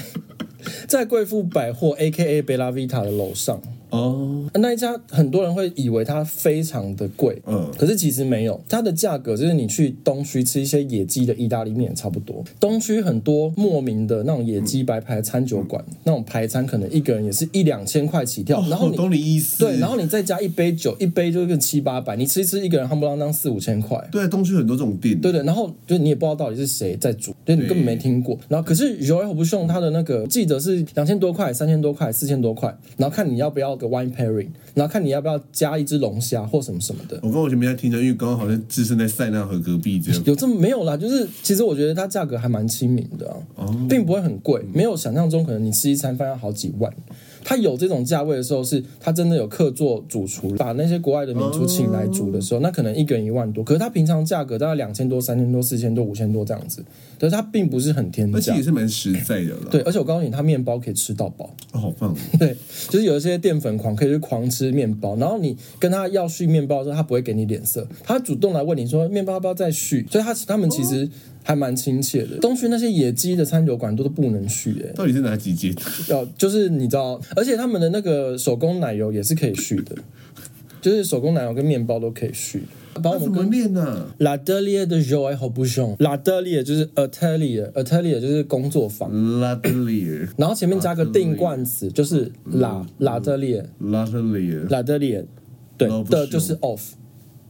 A: 在贵妇百货 A K A 贝拉维塔的楼上。
B: 哦，
A: 那一家很多人会以为它非常的贵，
B: 嗯
A: 可是其实没有，它的价格就是你去东区吃一些野鸡的意大利面也差不多。东区很多莫名的那种野鸡白牌餐酒馆，那种排餐可能一个人也是一两千块起哦跳，然后
B: 我
A: 你。
B: 懂你意思。
A: 对，然后你再加一杯酒，一杯就是七八百，你吃一吃一个人夯不啷当四五千块。
B: 对啊东区很多这种店，
A: 对对，然后就你也不知道到底是谁在煮，就你根本没听过。然后可是 Joy h o b s h o n 它的那个记得是两千多块、三千多块、四千多块，然后看你要不要个 wine pairing，然后看你要不要加一只龙虾或什么什么的。
B: 我刚完全没在听的，因为刚刚好像置身在塞纳河隔壁这样。
A: 有这么没有啦，就是其实我觉得它价格还蛮亲民的、啊，
B: 哦
A: 并不会很贵，
B: 嗯
A: 没有想象中可能你吃一餐饭要好几万。它有这种价位的时候是，它真的有客做主厨，把那些国外的名厨请来煮的时
B: 嗯
A: 候，那可能一个人一万多，可是它平常价格大概两千多、三千多、四千多、五千多这样子，可是它并不是很天
B: 而且
A: 价
B: 也。是蛮实在的啦，
A: 对，而且我告诉你，它面包可以吃到饱。
B: 哦，好棒哦！
A: 对，就是有一些淀粉狂可以去狂吃面包，然后你跟他要续面包的时候，他不会给你脸色，他主动来问你说面包要不要再续，所以他他们其实还蛮亲切的。东区那些野鸡的餐酒馆都都不能续、欸，
B: 到底是哪几 间？
A: 要就是你知道，而且他们的那个手工奶油也是可以续的，就是手工奶油跟面包都可以续。把我
B: 怎
A: 们
B: 么啊
A: 跟
B: 练呢？
A: La Delia 的 Joy 和 b u s h o n l a Delia 就是 Atelier，Atelier 就是工作坊，
B: 拉德里尔，
A: 然后前面加个定冠词，就是 La La Delia。
B: 拉德里尔，
A: 拉德列，对
B: 老不
A: 的
B: 凶
A: 就是 of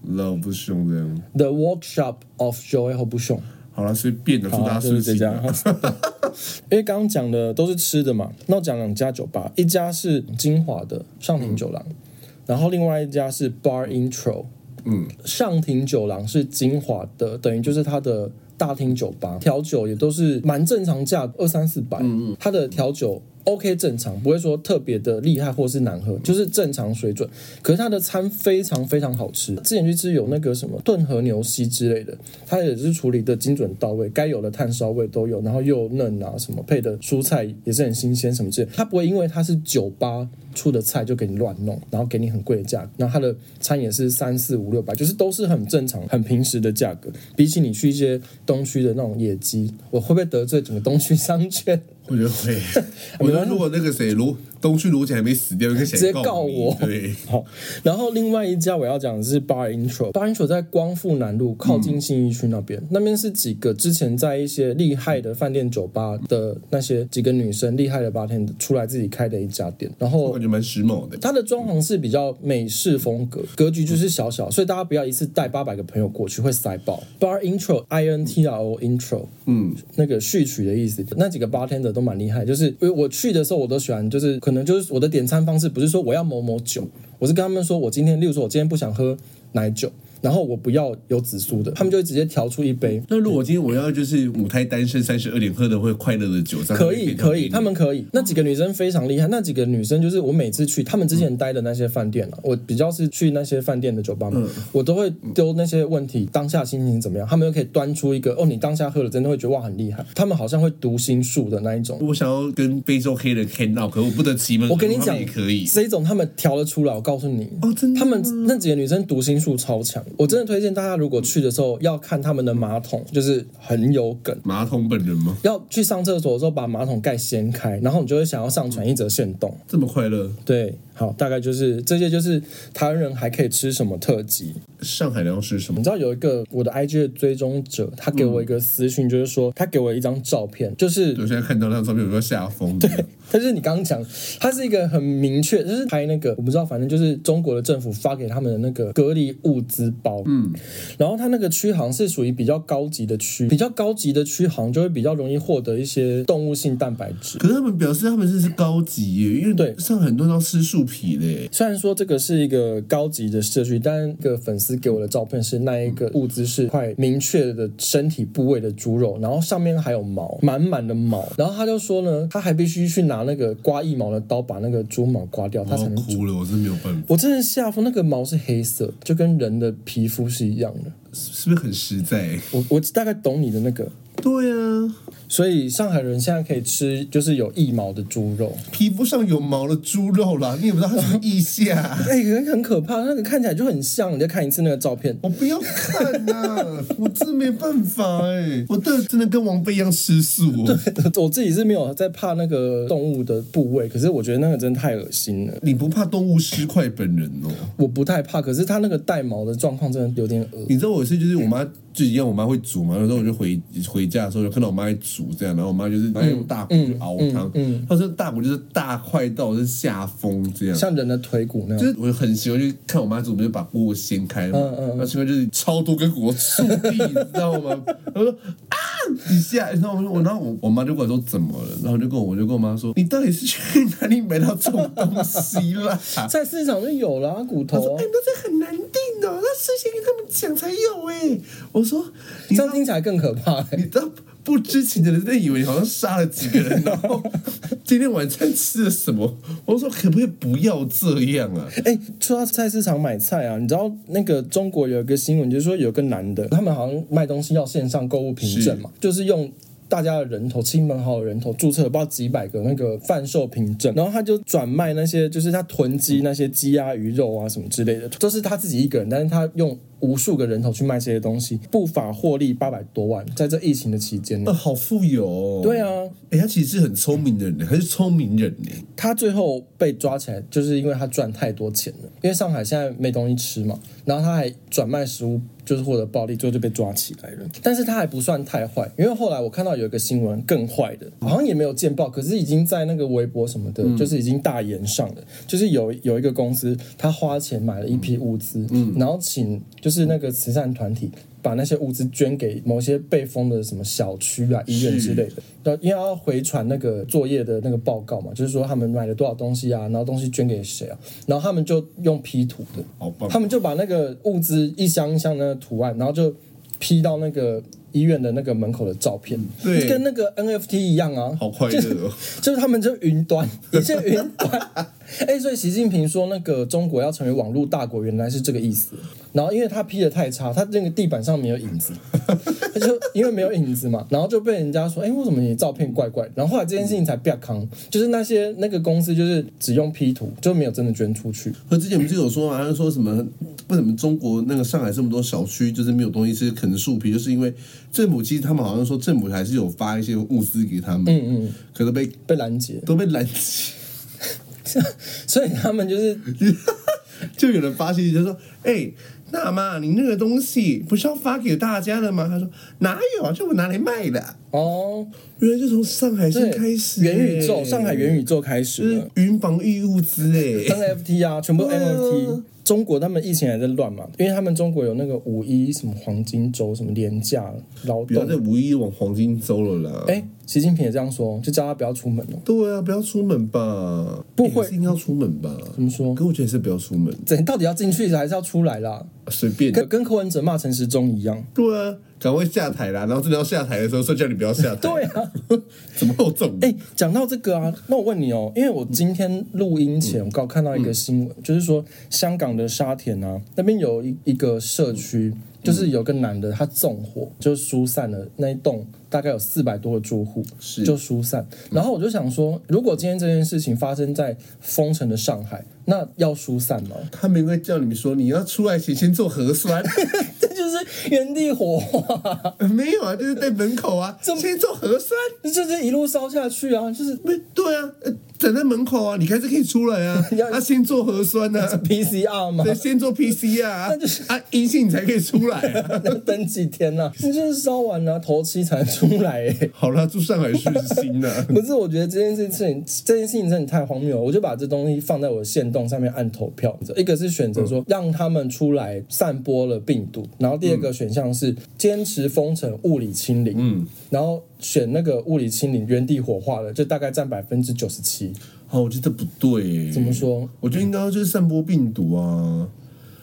B: 老不凶这样。
A: the workshop of Joy 和不凶，
B: 好了，随便的，祝大家
A: 哦就是
B: 顺
A: 这
B: 心
A: 家
B: 啊。。
A: 因为刚刚讲的都是吃的嘛，那我讲两家酒吧，一家是金华的上庭酒廊，然后另外一家是 Bar Intro。
B: 嗯，
A: 上庭酒廊是金华的，等于就是它的大厅酒吧，调酒也都是蛮正常价，二三四百。嗯嗯，它的调酒 OK 正常，不会说特别的厉害或是难喝，就是正常水准。可是它的餐非常非常好吃，之前去吃有那个什么炖和牛膝之类的，它也是处理的精准到位，该有的炭烧味都有，然后又嫩啊，什么配的蔬菜也是很新鲜什么之类的，它不会因为它是酒吧出的菜就给你乱弄，然后给你很贵的价格，然后它的餐也是三四五六百，就是都是很正常、很平时的价格。比起你去一些东区的那种野鸡，我会不会得罪整个东区商圈？
B: 我觉 得会，我觉得如果那个谁卢东区卢姐还没死掉，应该直
A: 直接告我
B: 对，
A: 好，然后另外一家我要讲的是 Bar Intro。Bar Intro 在光复南路靠近信义区那边，那边是几个之前在一些厉害的饭店、酒吧的那些几个女生厉害的 bartender 出来自己开的一家店。然
B: 我
A: 后
B: 感觉蛮时髦的。
A: 它的装潢是比较美式风格，格局就是小小，所以大家不要一次带八百个朋友过去会塞爆。Bar Intro I N T R O 哦 Intro，嗯，那个序曲的意思。那几个 bartender 都蛮厉害，就是因为我去的时候我都喜欢，就是可能就是我的点餐方式不是说我要某某酒，我是跟他们说我今天，例如说我今天不想喝奶酒。然后我不要有紫苏的，他们就会直接调出一杯，
B: 那如果今天我要就是母胎单身三十二点喝的会快乐的酒，这样
A: 可
B: 可
A: 以
B: 以
A: 可以，他
B: 们
A: 们可以。那几个女生非常厉害，那几个女生就是我每次去他们之前待的那些饭店啊，我比较是去那些饭店的酒吧嘛，
B: 嗯
A: 我都会丢那些问题，当下心情怎么样，他们又可以端出一个哦，你当下喝了真的会觉得哇很厉害，他们好像会读心术的那一种。
B: 我想要跟非洲黑人 can out，可我不得其门而入，
A: 我跟你
B: 他
A: 讲
B: 们也可以，
A: 这一种他们调得出来，我告诉你
B: 哦真的吗
A: 他们那几个女生读心术超强，我真的推荐大家如果去的时候要看他们的马桶，就是很有梗。
B: 马桶本人吗？
A: 要去上厕所的时候把马桶盖掀开，然后你就会想要上传一则线动。
B: 这么快乐，
A: 对，好，大概就是这些，就是台湾人还可以吃什么特辑。
B: 上海人要吃什么
A: 你？知道有一个我的 IG 的追踪者，他给我一个私讯，就是说他给我一张照片，就是
B: 我现在看到那张照片，我要吓疯。对，
A: 但是你刚刚讲，它是一个很明确，就是拍那个我不知道，反正就是中国的政府发给他们的那个隔离物资包，嗯，然后它那个区好像是属于比较高级的区，比较高级的区好像就会比较容易获得一些动物性蛋白质。
B: 可是他们表示他们这是高级耶，因为
A: 对
B: 上海很多人要吃树皮的耶。
A: 虽然说这个是一个高级的社区，但一个粉丝给我的照片是那一个物资是块明确的身体部位的猪肉，然后上面还有毛，满满的毛。然后他就说呢，他还必须去拿那个刮腋毛的刀把那个猪毛刮掉，
B: 我
A: 他
B: 要
A: 才能煮。
B: 哭了，我真没有办法，
A: 我真的吓疯，那个毛是黑色，就跟人的皮肤是一样的。
B: 是不是很实在？
A: 我我大概懂你的那个，
B: 对啊，
A: 所以上海人现在可以吃就是有腋毛的猪肉。
B: 皮肤上有毛的猪肉啦，你也不知道它什么意啊下。
A: 哎、可是很可怕，那个看起来就很像。你再看一次那个照片，
B: 我不要看啊呐、 我真没办法哎、我的真的跟王菲一样吃素、哦。
A: 我自己是没有在怕那个动物的部位，可是我觉得那个真的太恶心了，
B: 你不怕动物尸块本人哦？
A: 我不太怕。可是它那个带毛的状况真的有点恶。
B: 你知道我是就是我妈就一样，我妈会煮嘛，有时候我就回回家的时候就看到我妈在煮这样，然后我妈就是拿用大骨去熬汤，她说大骨就是大块到我是吓疯这样。
A: 像人的腿骨那
B: 就
A: 样，
B: 是我很喜欢去看我妈怎么就把锅锅掀开嘛，
A: 嗯嗯嗯
B: 然后喜欢就是超多根骨头触地，你知道吗？然后说啊一下，然后我就我然后我我妈就跟我说怎么了，然后就跟我我就跟我妈说你到底是去哪里买到这种东西 啦？
A: 在市场就有啦，骨
B: 她说
A: 头、：“
B: 哎、
A: 啊。
B: 那这很难定的、哦，那事先跟他们讲才有哎、我说：“你知
A: 这
B: 道
A: 样听起来更可怕、欸
B: 你。知道不知情的人真的以为你好像杀了几个人，然后今天晚餐吃了什么？”我说：“可不可以不要这样啊？”
A: 哎、说到菜市场买菜啊，你知道那个中国有一个新闻，就是说有个男的，他们好像卖东西要线上购物凭证嘛，就是用。大家的人头，亲朋好友人头注册了不知道几百个那个贩售凭证，然后他就转卖那些，就是他囤积那些鸡鸭鱼肉啊什么之类的，都是他自己一个人，但是他用无数个人头去卖这些东西，不法获利八百多万，在这疫情的期间
B: 呃，
A: 呢，
B: 好富有、哦。
A: 对啊，
B: 哎、他其实是很聪明的人，他是聪明人呢。
A: 他最后被抓起来，就是因为他赚太多钱了。因为上海现在没东西吃嘛，然后他还转卖食物，就是获得暴利，最后就被抓起来了。但是他还不算太坏，因为后来我看到有一个新闻更坏的，好像也没有见报，可是已经在那个微博什么的，就是已经大言上了。就是有有一个公司，他花钱买了一批物资，然后请就是那个慈善团体。把那些物资捐给某些被封的什么小区啊、医院之类的，要因为要回传那个作业的那个报告嘛，就是说他们买了多少东西啊，然后东西捐给谁啊，然后他们就用 P 图的，
B: 好棒
A: 他！们就把那个物资一箱一箱的那个图案，然后就 P 到那个医院的那个门口的照片，
B: 嗯对
A: 跟那个 NFT 一样啊，
B: 好快乐哦
A: 就是他们就云端，一切云端。 哎、所以习近平说那个中国要成为网络大国，原来是这个意思。然后因为他 P 的太差，他那个地板上没有影子，他就因为没有影子嘛，然后就被人家说，哎、为什么你照片怪怪？然后后来这件事情才不要扛，就是那些那个公司就是只用 P 图，就没有真的捐出去。
B: 和之前不是有说嘛，他说什么为什么中国那个上海这么多小区就是没有东西吃，可能树皮，就是因为政府其实他们好像说政府还是有发一些物资给他们，嗯嗯，可能被
A: 被拦截，
B: 都被拦截，
A: 所以他们就是
B: 就有人发信息就说，哎、大妈，你那个东西不是要发给大家的吗？他说哪有啊，就我拿来卖的啊、
A: 哦，
B: 原来就从上海先
A: 对，
B: 开始、
A: 元宇宙，
B: 哎
A: 上海元宇宙开始
B: 就
A: 了
B: 是云防疫物资哎、
A: NFT 啊，全部
B: 对啊
A: NFT。中国他们疫情还在乱嘛，因为他们中国有那个五一什么黄金周什么廉价劳
B: 不要
A: 动
B: 再，五一往黄金周了啦。
A: 哎、习近平也这样说，就叫他不要出门了。
B: 对啊，不要出门吧，
A: 不
B: 哎
A: 会
B: 还是应该要出门吧？
A: 怎么说？
B: 可我觉得是不要出门，
A: 怎到底要进去还是要出来啦？
B: 随便。
A: 跟跟柯文哲骂陈时中一样。
B: 对啊，赶快下台啦！然后真的要下台的时候，说叫你不要下台。
A: 对啊，
B: 怎么会有这种？
A: 哎、讲到这个啊，那我问你哦，因为我今天录音前，我刚看到一个新闻，就是说香港的沙田啊，那边有一一个社区，就是有个男的他纵火，就疏散了那一栋大概有四百多个住户，
B: 是
A: 就疏散。然后我就想说，如果今天这件事情发生在封城的上海，那要疏散吗？
B: 他们应该叫你们说，你要出来前先做核酸。
A: 这就是原地火化，
B: 没有啊，就是在门口啊，先做核酸。
A: 就是一路烧下去啊，就是。
B: 没对啊，呃等在门口啊，你还是可以出来啊
A: 要
B: 啊，先做核酸 啊，
A: PCR 嘛
B: 对，。先做 PCR 啊，啊阴性你才可以出来啊。
A: 要等几天呐、你就是烧完了、头七才出来、欸，
B: 好啦，祝上海顺心啊。
A: 不是，我觉得这件事情，这件事情真的太荒谬了。我就把这东西放在我的线动上面按投票，一个是选择说让他们出来散播了病毒，然后第二个选项是坚持封城物理清零，嗯，然后选那个物理清零原地火化了，就大概占百分之九十七。
B: 好，哦我觉得不对耶。
A: 怎么说？
B: 我觉得应该就是散播病毒啊。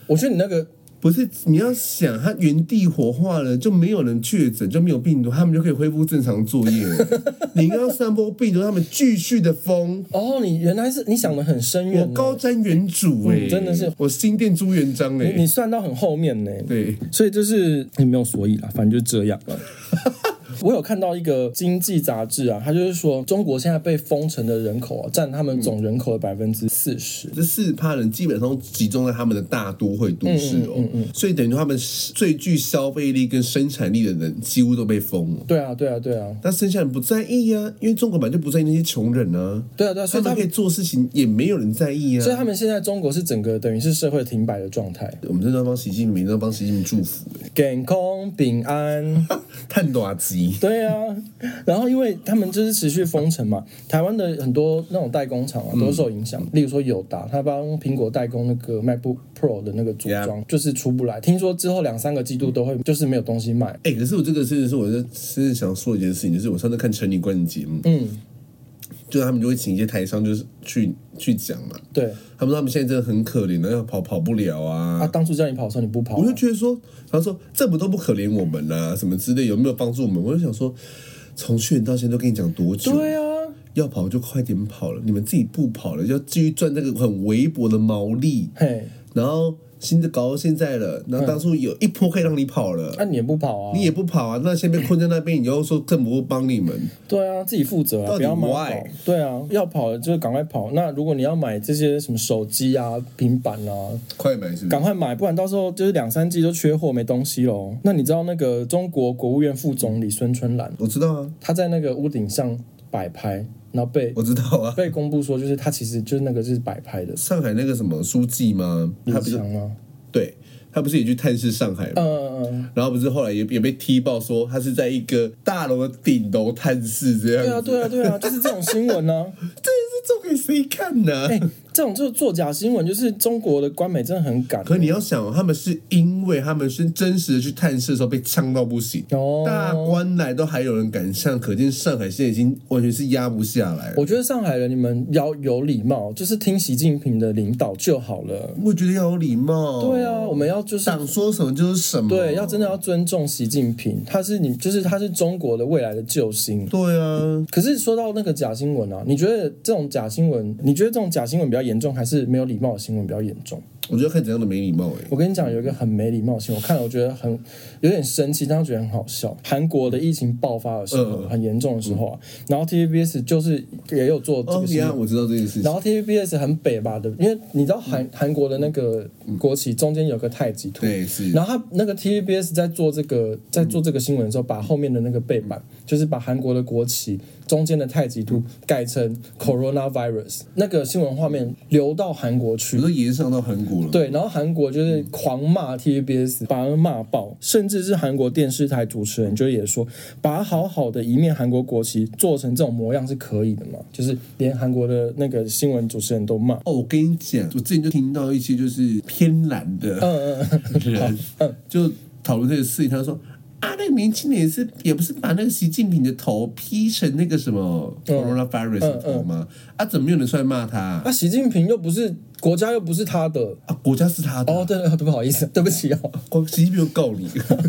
A: 我觉得你那个
B: 不是，你要想，它原地火化了，就没有人确诊，就没有病毒，他们就可以恢复正常作 业了。你应该要散播病毒，他们继续的封。
A: 哦，你原来是你想的很深
B: 我
A: 远、哦，
B: 高瞻远瞩哎、
A: 嗯真的是
B: 我新店朱元璋哎、
A: 你你算到很后面呢、
B: 对，
A: 所以就是也没有所以啦，反正就是这样了。我有看到一个经济杂志啊，它就是说中国现在被封城的人口啊，占他们总人口的百分之四十。
B: 这四趴人基本上集中在他们的大都会都
A: 嗯
B: 市哦，所以等于他们最具消费力跟生产力的人几乎都被封了。
A: 对啊，对啊，对啊，
B: 但剩下人不在意呀、因为中国本来就不在意那些穷人啊，
A: 对啊，对啊，所
B: 他
A: 以
B: 们
A: 他
B: 可以
A: 们，
B: 做事情也没有人在意啊。
A: 所以他们现在中国是整个等于是社会停摆的状态。
B: 我们真的要帮习近平，真的要帮习近平祝福、 欸，
A: 健康平安，
B: 探多吉。
A: 对啊，然后因为他们就是持续封城嘛，台湾的很多那种代工厂
B: 嗯
A: 啊都受影响，例如说友达，他帮苹果代工那个 MacBook Pro 的那个组
B: Yeah
A: 装就是出不来，听说之后两三个季度都会就是没有东西卖，
B: 哎、可是我这个真的是，我是真的想说一件事情，就是我上次看陈林官的节目，
A: 嗯，
B: 就是他们就会请一些台商，就是去去讲嘛，
A: 对，
B: 他们说他们现在真的很可怜的，要跑跑不了啊。
A: 啊，当初叫你跑的时候你不跑啊、
B: 我就觉得说，他说政府都不可怜我们啊，什么之类，有没有帮助我们？我就想说，从去年到现在都跟你讲多久，
A: 对啊，
B: 要跑就快点跑了，你们自己不跑了，要继续赚这个很微薄的毛利，
A: 嘿，
B: 然后新的搞到现在了，然后当初有一波可以让你跑了，
A: 那、你也不跑啊，
B: 你也不跑啊，那现在被困在那边，你又说政府会帮你们，
A: 对啊，自己负责啊，
B: 到底
A: 不要买
B: why？
A: 跑，对啊，要跑的就是赶快跑。那如果你要买这些什么手机啊、平板啊，
B: 快买是不
A: 赶
B: 是？
A: 快买，不然到时候就是两三季都缺货，没东西喽。那你知道那个中国国务院副总理孙春兰，
B: 我知道啊，
A: 她在那个屋顶上摆拍，然后被
B: 我知道啊。
A: 被公布说，就是她其实就是那个就是摆拍的，
B: 上海那个什么书记吗？他
A: 很
B: 不是
A: 强啊，
B: 对，他不是也去探视上海吗？
A: 嗯嗯嗯，
B: 然后不是后来也也被踢爆说他是在一个大楼的顶楼探视这样
A: 对
B: 子，
A: 啊对啊对啊，就是这种新闻呢、啊。
B: 这也是重给谁看呢？
A: 哎、这种就是作假新闻，就是中国的官媒真的很敢
B: 可你要想哦，他们是因为他们是真实的去探视的时候被呛到不行，
A: 哦。
B: 大关来都还有人敢上，可见上海现在已经完全是压不下来了。
A: 我觉得上海人你们要有礼貌，就是听习近平的领导就好了。
B: 我觉得要有礼貌，
A: 对啊，我们要就是
B: 想说什么就是什么，
A: 对，要真的要尊重习近平，他是你就是他是中国的未来的救星。
B: 对啊，
A: 可是说到那个假新闻啊，你觉得这种假新闻，你觉得这种假新闻比较严重，还是没有礼貌的新闻比较严重？
B: 我觉得看怎样的没礼貌哎、
A: 我跟你讲，有一个很没礼貌的新闻，我看了我觉得很有点生气，但是觉得很好笑。韩国的疫情爆发的时候，
B: 嗯
A: 很严重的时候啊，然后 TVBS 就是也有做这
B: 哦，
A: 个
B: 你
A: 新闻
B: 看，我知道这件事情
A: 然。后 TVBS 很北吧的，因为你知道韩韩国的那个国旗中间有个太极图，
B: 对，是。
A: 然后他那个 TVBS 在做这个在做这个新闻的时候，把后面的那个背板，就是把韩国的国旗中间的太极图改成 coronavirus，那个新闻画面流到韩国去
B: 我。都延上到韩国了。，
A: 对，然后韩国就是狂骂 TVBS，把人骂爆，甚至是韩国电视台主持人就也说，把好好的一面韩国国旗做成这种模样是可以的嘛？就是连韩国的那个新闻主持人都骂。
B: 哦，我跟你讲，我之前就听到一些就是偏蓝的
A: 嗯嗯嗯，
B: 人，就讨论这个事情，他说。啊，那个年轻人也是，也不是把那个习近平的头 P 成那个什么
A: 嗯
B: coronavirus 的头吗？啊，怎么没有人出来骂他啊？
A: 那、习近平又不是国家又不是他的。
B: 啊国家是他的，
A: 哦，对了，对不好意思，对不起哦，
B: 光习近平有告你。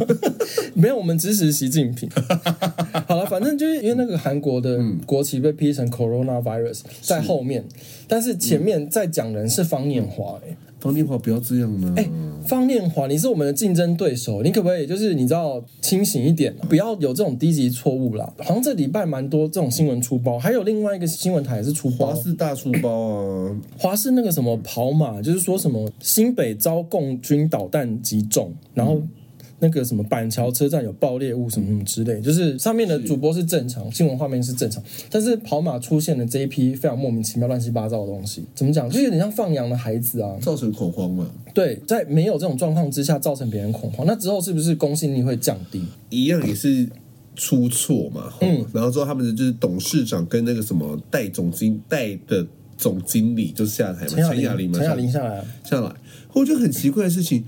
A: 没有，我们支持习近平。好了，反正就是因为那个韩国的国旗被批成 coronavirus 在后面，但是前面在讲人是方念华、欸，
B: 方天华不要这样呢、
A: 哎方念华，你是我们的竞争对手，你可不可以就是你知道清醒一点，不要有这种低级错误啦？好像这礼拜蛮多这种新闻出包，还有另外一个新闻台也是出
B: 华
A: 包，
B: 氏大书包啊，
A: 华视那个什么跑马，就是说什么新北遭共军导弹击中，然后。
B: 嗯
A: 那个什么板桥车站有爆裂物什么什么之类，就是上面的主播是正常，新闻画面是正常，但是跑马出现的这一批非常莫名其妙、乱七八糟的东西，怎么讲？就有点像放羊的孩子啊。
B: 造成恐慌嘛，
A: 对，在没有这种状况之下造成别人恐慌，那之后是不是公信力会降低？
B: 一样也是出错嘛。嗯，然后之后他们的就是董事长跟那个什么戴总经戴的总经理就下台嘛，陈雅玲嘛，
A: 陈
B: 下
A: 雅
B: 来
A: 玲下来啊，
B: 下来，我觉得很奇怪的事情。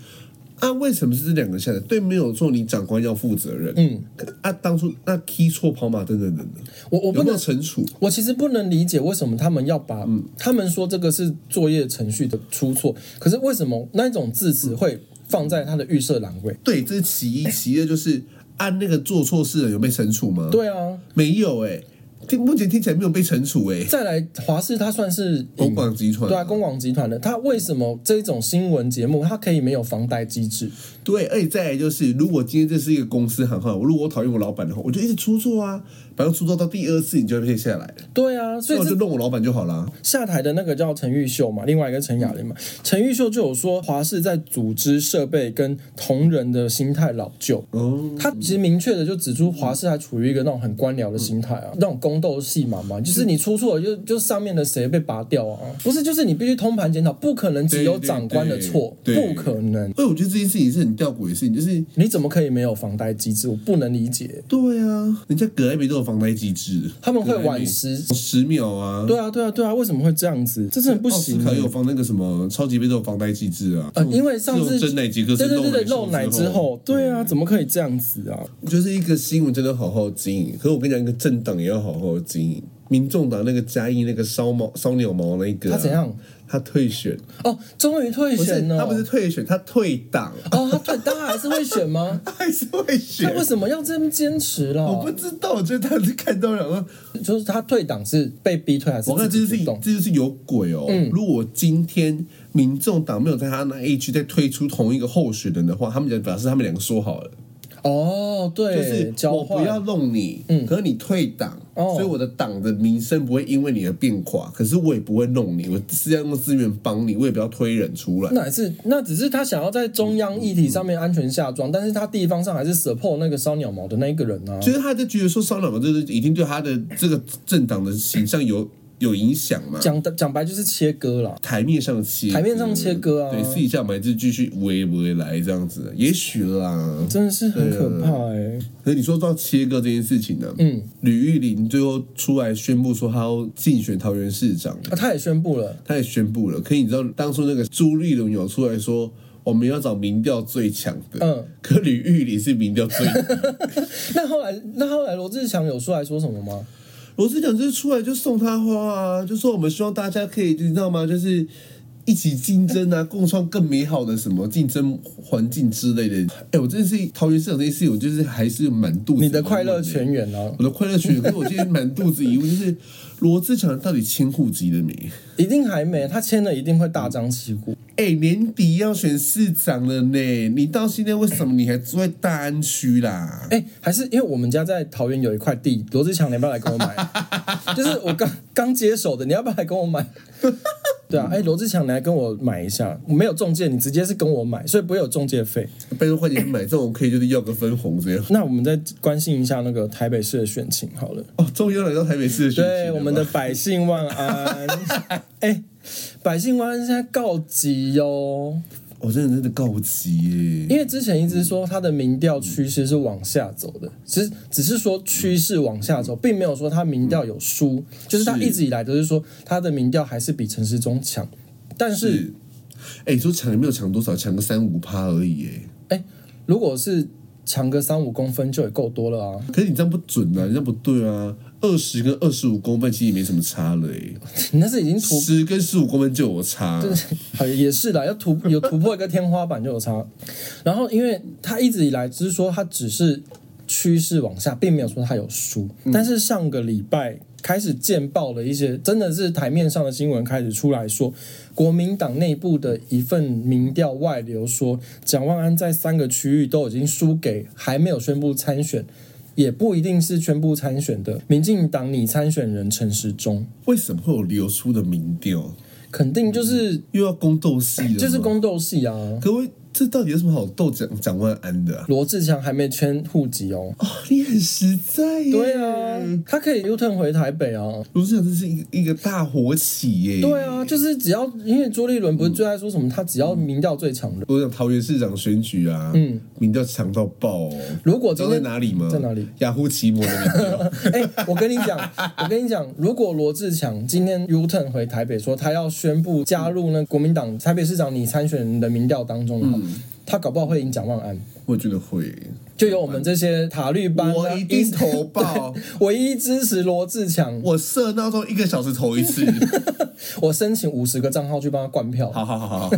B: 啊，为什么是这两个下来？对，没有错，你长官要负责任。嗯，啊，当初那 key 错跑马灯等等等，
A: 我我不
B: 有没
A: 能
B: 有惩处？
A: 我其实不能理解为什么他们要把，
B: 嗯
A: 他们说这个是作业程序的出错，可是为什么那一种字词会放在它的预设栏位？
B: 对，这是其一，其二就是按那个做错事的人有被惩处吗？，
A: 对啊，
B: 没有哎、听目前听起来没有被惩处哎、
A: 再来华视它算是
B: 公广集团
A: 嗯对啊，公网集团的，它为什么这种新闻节目它可以没有防呆机制？
B: 对，而且再来就是，如果今天这是一个公司行号，如果我讨厌我老板的话，我就一直出错啊，反正出错到第二次你就会被下来了，
A: 对啊，所
B: 那
A: 以
B: 我
A: 这
B: 就弄我老板就好啊啦。
A: 下台的那个叫陈玉秀嘛，另外一个陈雅玲嘛。陈玉秀就有说，华视在组织设备跟同仁的心态老旧。
B: 哦，
A: 他其实明确的就指出，华视还处于一个那种很官僚的心态啊，那种宫斗戏码嘛，就是你出错了就就上面的谁被拔掉啊，不是就是你必须通盘检讨，不可能只有长官的错，
B: 对对对
A: 不可能，
B: 哎，我觉得这件事情是很吊诡的事情，就是
A: 你怎么可以没有防呆机制？我不能理解，
B: 对啊，人家葛莱美都有防呆机制，
A: 他们会
B: 葛莱
A: 晚
B: 美
A: 时。
B: 十秒啊，
A: 对啊，对啊，对啊，为什么会这样子？这真的不
B: 奥斯
A: 行、欸
B: 卡有防那个什么超级杯都有防呆机制啊，
A: 呃，因为上次
B: 这种真奶即刻
A: 对
B: 是
A: 对对对
B: 漏
A: 漏
B: 奶
A: 奶
B: 之
A: 之
B: 后
A: 后，对啊，怎么可以这样子啊？
B: 就是一个新闻真的好好经营，可是我跟你讲，一个政党也要好好经营。民众党那个嘉义那个烧毛烧鸟毛那个、啊
A: 他怎？样？
B: 他退选，
A: 哦，终于退
B: 不是
A: 选了。
B: 他不是退选，他退党，
A: 哦，他退，他还是会选吗？
B: 他还是会
A: 他
B: 选
A: 为。什么要这么坚持啦？
B: 我不知道，我觉得他是看到然后，
A: 就是他退党是被逼退还是
B: 我看这
A: 自
B: 就是
A: 己主动？
B: 这就是有鬼哦。如果今天民众党没有在他那一区再推出同一个候选人的话，他们就表示他们两个说好了，
A: 哦，
B: 就
A: 对，
B: 是
A: 交
B: 我不
A: 换
B: 要弄你，可是你退党，
A: 哦
B: 所以我的党的名声不会因为你而变垮，可是我也不会弄你，我是要用资源帮你，我也不要推人出来。
A: 那也是，那只是他想要在中央议题上面安全下装，但是他地方上还是 support 那个烧鸟毛的那一个人啊。
B: 就是他就觉得说，骚扰嘛，就是已经对他的这个政党的形象有有影响吗？
A: 讲的讲白就是切割啦。
B: 台面上切，
A: 台面上切割啊
B: 对，私底下我们还是继续围围来这样子，也许啦。
A: 真的是很
B: 啊
A: 可怕哎、
B: 可是你说到切割这件事情呢，
A: 嗯，
B: 吕玉玲最后出来宣布说她要竞选桃园市长，
A: 啊，他也宣布了，
B: 她也宣布了。可是你知道当初那个朱立伦有出来说。我们要找民调最强的，
A: 嗯，
B: 可吕玉玲是民调最低的
A: 那后来那后来罗志祥有出来说什么吗？
B: 罗志祥就是出来就送他花啊，就说我们希望大家可以，你知道吗？就是一起竞争啊，共创更美好的什么竞争环境之类的。哎、我真的是桃园市长这件事，我就是还是满肚子
A: 你的快
B: 疑问
A: 乐
B: 欸
A: 全员啊，
B: 我的快乐全员，可是我今天满肚子疑问，就是罗志祥到底迁户籍了没？
A: 一定还没，他签了一定会大张旗鼓。
B: 哎、年底要选市长了呢，你到现在为什么你还住在大安区啦？
A: 哎、还是因为我们家在桃园有一块地，罗志强，你要不要来跟我买？就是我刚刚接手的，你要不要来跟我买？对啊，哎、罗志强，你来跟我买一下，我没有中介，你直接是跟我买，所以不会有中介费。
B: 拜托快点买这种，可以就是要个分红这样。
A: 那我们再关心一下那个台北市的选情好了。
B: 哦，终于要来到台北市的选情
A: 对，
B: 了
A: 我们的百姓万安，哎、百姓万安现在告急哦哟、
B: 我哦真的真的告急耶！
A: 因为之前一直说它的民调趋势是往下走的，只是只是说趋势往下走，并没有说它民调有输，就是它
B: 是
A: 一直以来都是说它的民调还是比陈时中强，但是，
B: 哎、你说抢也没有抢多少，抢个三五趴而已耶。
A: 哎、如果是强个三五公分就也够多了啊，
B: 可是你这样不准啊，你这样不对啊。二十跟二十五公分其实也没什么差了耶，
A: 你那是已经突。
B: 十跟十五公分就有差。
A: 好也是啦，要突有突破一个天花板就有差。然后，因为它一直以来只是说它只是趋势往下，并没有说它有输。但是上个礼拜开始见报了一些，真的是台面上的新闻开始出来说，国民党内部的一份民调外流说，蒋万安在三个区域都已经输给还没有宣布参选。也不一定是宣布参选的民进党拟参选人陈时中，
B: 为什么会有流出的民调？
A: 肯定就是
B: 又要宫斗戏了吗？
A: 就是宫斗戏啊。
B: 各位，这到底有什么好斗蒋蒋万安的、啊？
A: 罗志祥还没圈户籍哦。
B: 哦，你很实在耶。
A: 对啊，他可以 U turn 回台北啊。
B: 罗志祥这是一个一个大火起耶。
A: 对啊，就是只要因为朱立伦不是最爱说什么，他只要民调最强的。
B: 我讲桃园市长选举啊，嗯，民调强到爆哦。
A: 如果
B: 你知
A: 今
B: 道在
A: 天
B: 哪里吗？
A: 在哪里？
B: 雅虎奇摩的民调。
A: 哎、我跟你 讲，我跟你讲，如果罗志强今天 U turn 回台北说他要宣布加入那国民党台北市长你参选人的民调当中的话，
B: 嗯
A: 他搞不好会赢蒋万安。
B: 我觉得会，
A: 就有我们这些塔绿班、啊，
B: 我一定投报，
A: 唯一支持罗志强，
B: 我设闹钟一个小时投一次。
A: 我申请五十个账号去帮他灌票。
B: 好好好好好好，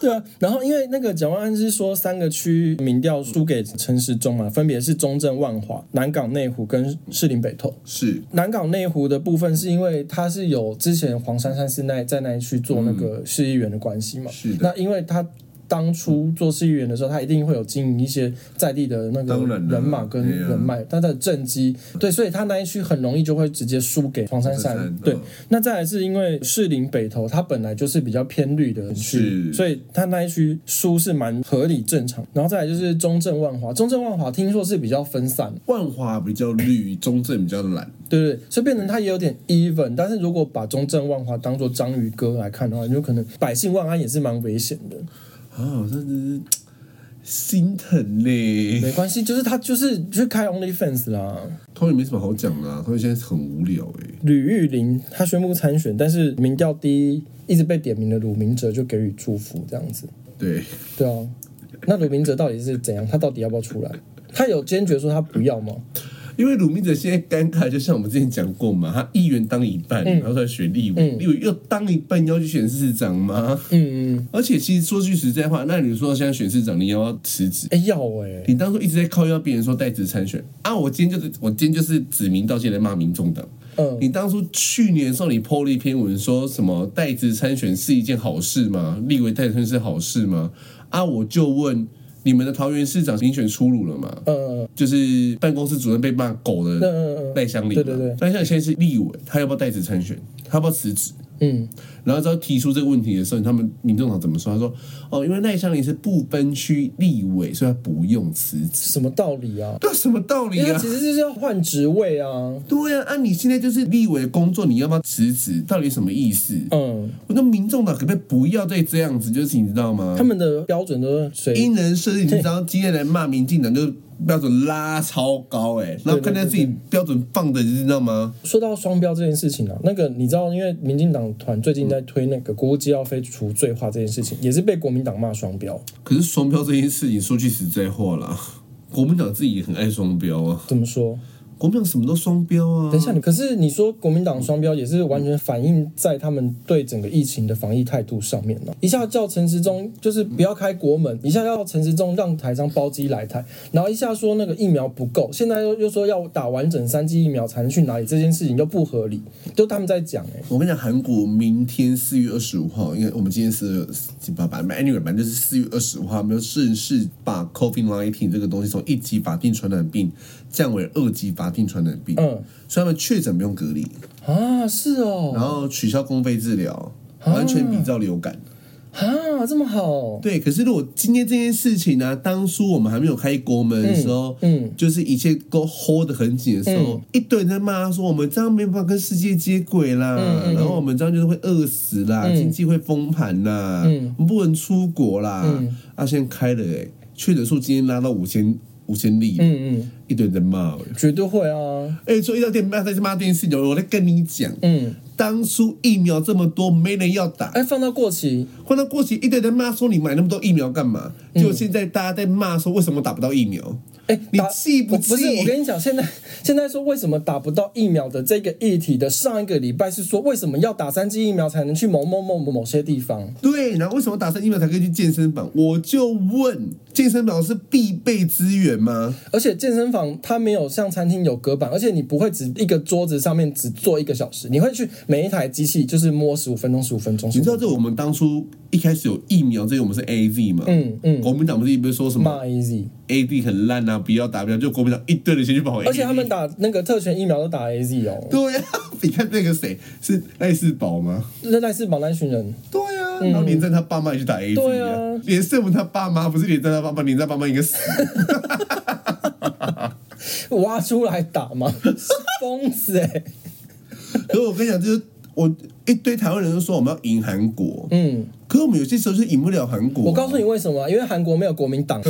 A: 对啊，然后因为那个蒋万安是说三个区民调输给陈时中嘛，分别是中正、万华、南港、内湖跟士林北投。
B: 是
A: 南港内湖的部分是因为它是有之前黄珊珊是那在那一区做那个市议员的关系嘛，
B: 嗯是的
A: 那因为他。当初做市议员的时候，他一定会有经营一些在地的那
B: 当
A: 个
B: 然啦
A: 人马跟
B: 哎呀
A: 人脉，他的政绩对，所以他那一区很容易就会直接输给黄珊
B: 黄珊
A: 珊
B: 珊。
A: 对
B: 嗯，
A: 那再来是因为士林北投，它本来就是比较偏绿的区，
B: 是
A: 所以它那一区输是蛮合理正常。然后再来就是中正万华，中正万华听说是比较分散，
B: 万华比较绿，中正比较蓝。
A: 对对，对所以变成它也有点 even。但是如果把中正万华当做章鱼哥来看的话，有可能百姓万安也是蛮危险的。
B: 啊，真的是心疼嘞。
A: 没关系，就是他就是去开 OnlyFans 啦。
B: 桃园没什么好讲啦，桃园现在很无聊哎。
A: 吕玉玲她宣布参选，但是民调低，一直被点名的鲁明哲就给予祝福，这样子。
B: 对，
A: 对啊，那鲁明哲到底是怎样？他到底要不要出来？他有坚决说他不要吗？
B: 因为鲁明哲现在尴尬，就像我们之前讲过嘛，他议员当一半，
A: 嗯
B: 然后再选立委，立委又当一半，要去选市长吗？
A: 嗯嗯，
B: 而且其实说句实在话，那你说现在选市长，你要不要辞职？
A: 哎、要哎、
B: 你当初一直在靠要别人说代职参选啊，我今天就是我今天就是指名道姓来骂民众党。
A: 嗯，
B: 你当初去年的时候，你 PO 了一篇文说什么代职参选是一件好事吗？立委代职参选是好事吗？啊，我就问你们的桃园市长遴选出炉了吗？
A: 呃，
B: 就是办公室主任被骂狗的
A: 嗯嗯嗯
B: 赖香林嘛，啊
A: 对对对
B: 赖香林现在是立委，他要不要代职参选？他要不要辞职？
A: 嗯，
B: 然后只要提出这个问题的时候，他们民众党怎么说？他说：“哦，因为赖香林是不分区立委，所以他不用辞职。
A: 什么道理啊”？
B: 对啊，什么道理
A: 因为
B: 啊
A: 其？实就是要换职位啊。
B: 对啊，啊，你现在就是立委的工作，你要不要辞职？到底什么意思？
A: 嗯，
B: 我那民众党可不可以不要再这样子？就是你知道吗
A: 他？们的标准都是谁？
B: 因人设计，你知道今天来骂民进党就是标准拉超高哎、然后看待自己标准放的，你知道吗？
A: 说到双标这件事情啊，那个你知道，因为民进党团最近在推那个国际要非除罪化这件事情，也是被国民党骂双标。
B: 可是双标这件事情，说句实在话啦， 国民党自己也很爱双标啊，
A: 怎么说？
B: 国民党什么都双标啊。
A: 等一下，你可是你说国民党双标也是完全反映在他们对整个疫情的防疫态度上面啊呢、一下叫陈时中就是不要开国门，一下要陈时中让台商包机来台，然后一下说那个疫苗不够，现在又又说要打完整三剂疫苗才能去哪里，这件事情又不合理，就他们在讲哎、
B: 我跟你讲，韩国明天四月二十五号，因为我们今天是七八八，anyway，反正就是四月二十五号，他们就正式把 COVID nineteen 这个东西从一级法定传染病降为二级法定传染病，
A: 嗯
B: 所以他们确诊不用隔离，
A: 啊是
B: 然
A: 哦
B: 后取消公费治疗，完全比照流感。
A: 啊这么好
B: 对，可是如果今天这件事情呢、当初我们还没有开国门的时候，
A: 嗯嗯
B: 就是一切都 hold 得很紧的时候，一堆人在骂他说我们这样没办法跟世界接轨
A: 嗯
B: 啦，然后我们这样就是会饿死啦，经济会崩盘啦，
A: 嗯
B: 我们不能出国啦。啊，现在开了哎、确诊数今天拉到五千五千例，
A: 嗯嗯
B: 一堆人在骂我、
A: 绝对会啊
B: 哎、所以到电骂在骂这件事情，我在跟你讲，
A: 嗯
B: 当初疫苗这么多，没人要打，
A: 哎放到过期
B: 换到过期，一堆人骂说你买那么多疫苗干嘛？
A: 嗯
B: 就现在大家在骂说为什么打不到疫苗？
A: 哎，
B: 你
A: 打
B: 气不
A: 我不是，
B: 气
A: 我跟你讲，现在现在说为什么打不到疫苗的这个议题的上一个礼拜是说为什么要打三剂疫苗才能去某某某某某些地方？
B: 对，然后为什么打上疫苗才可以去健身房？我就问，健身房是必备资源吗？
A: 而且健身房它没有像餐厅有隔板，而且你不会只一个桌子上面只坐一个小时，你会去每一台机器就是摸十五分钟、十五分钟。
B: 你知
A: 15
B: 道这我们当初一开始有疫苗，这个我们是 A Z 嘛？
A: 嗯嗯
B: 国民党不是一边说什么
A: 骂 easy，
B: A Z 很烂啊，不要打不要，就国民党一堆人先去跑 A Z，
A: 而且他们打那个特权疫苗都打 A Z 哦，
B: 对啊， 你看那个谁是赖世宝吗？
A: 那赖世宝那群人，
B: 对啊，然后连战他爸妈也去打 A Z
A: 嗯对
B: 啊
A: 啊，
B: 连胜文他爸妈不是连战他爸妈，连战爸妈应该死
A: 挖出来打吗？ 是疯子哎、
B: 可是我跟你讲，就是我一堆台湾人都说我们要赢韩国，
A: 嗯。
B: 可是我们有些时候是赢不了韩国啊、
A: 我告诉你为什么啊，因为韩国没有国民党。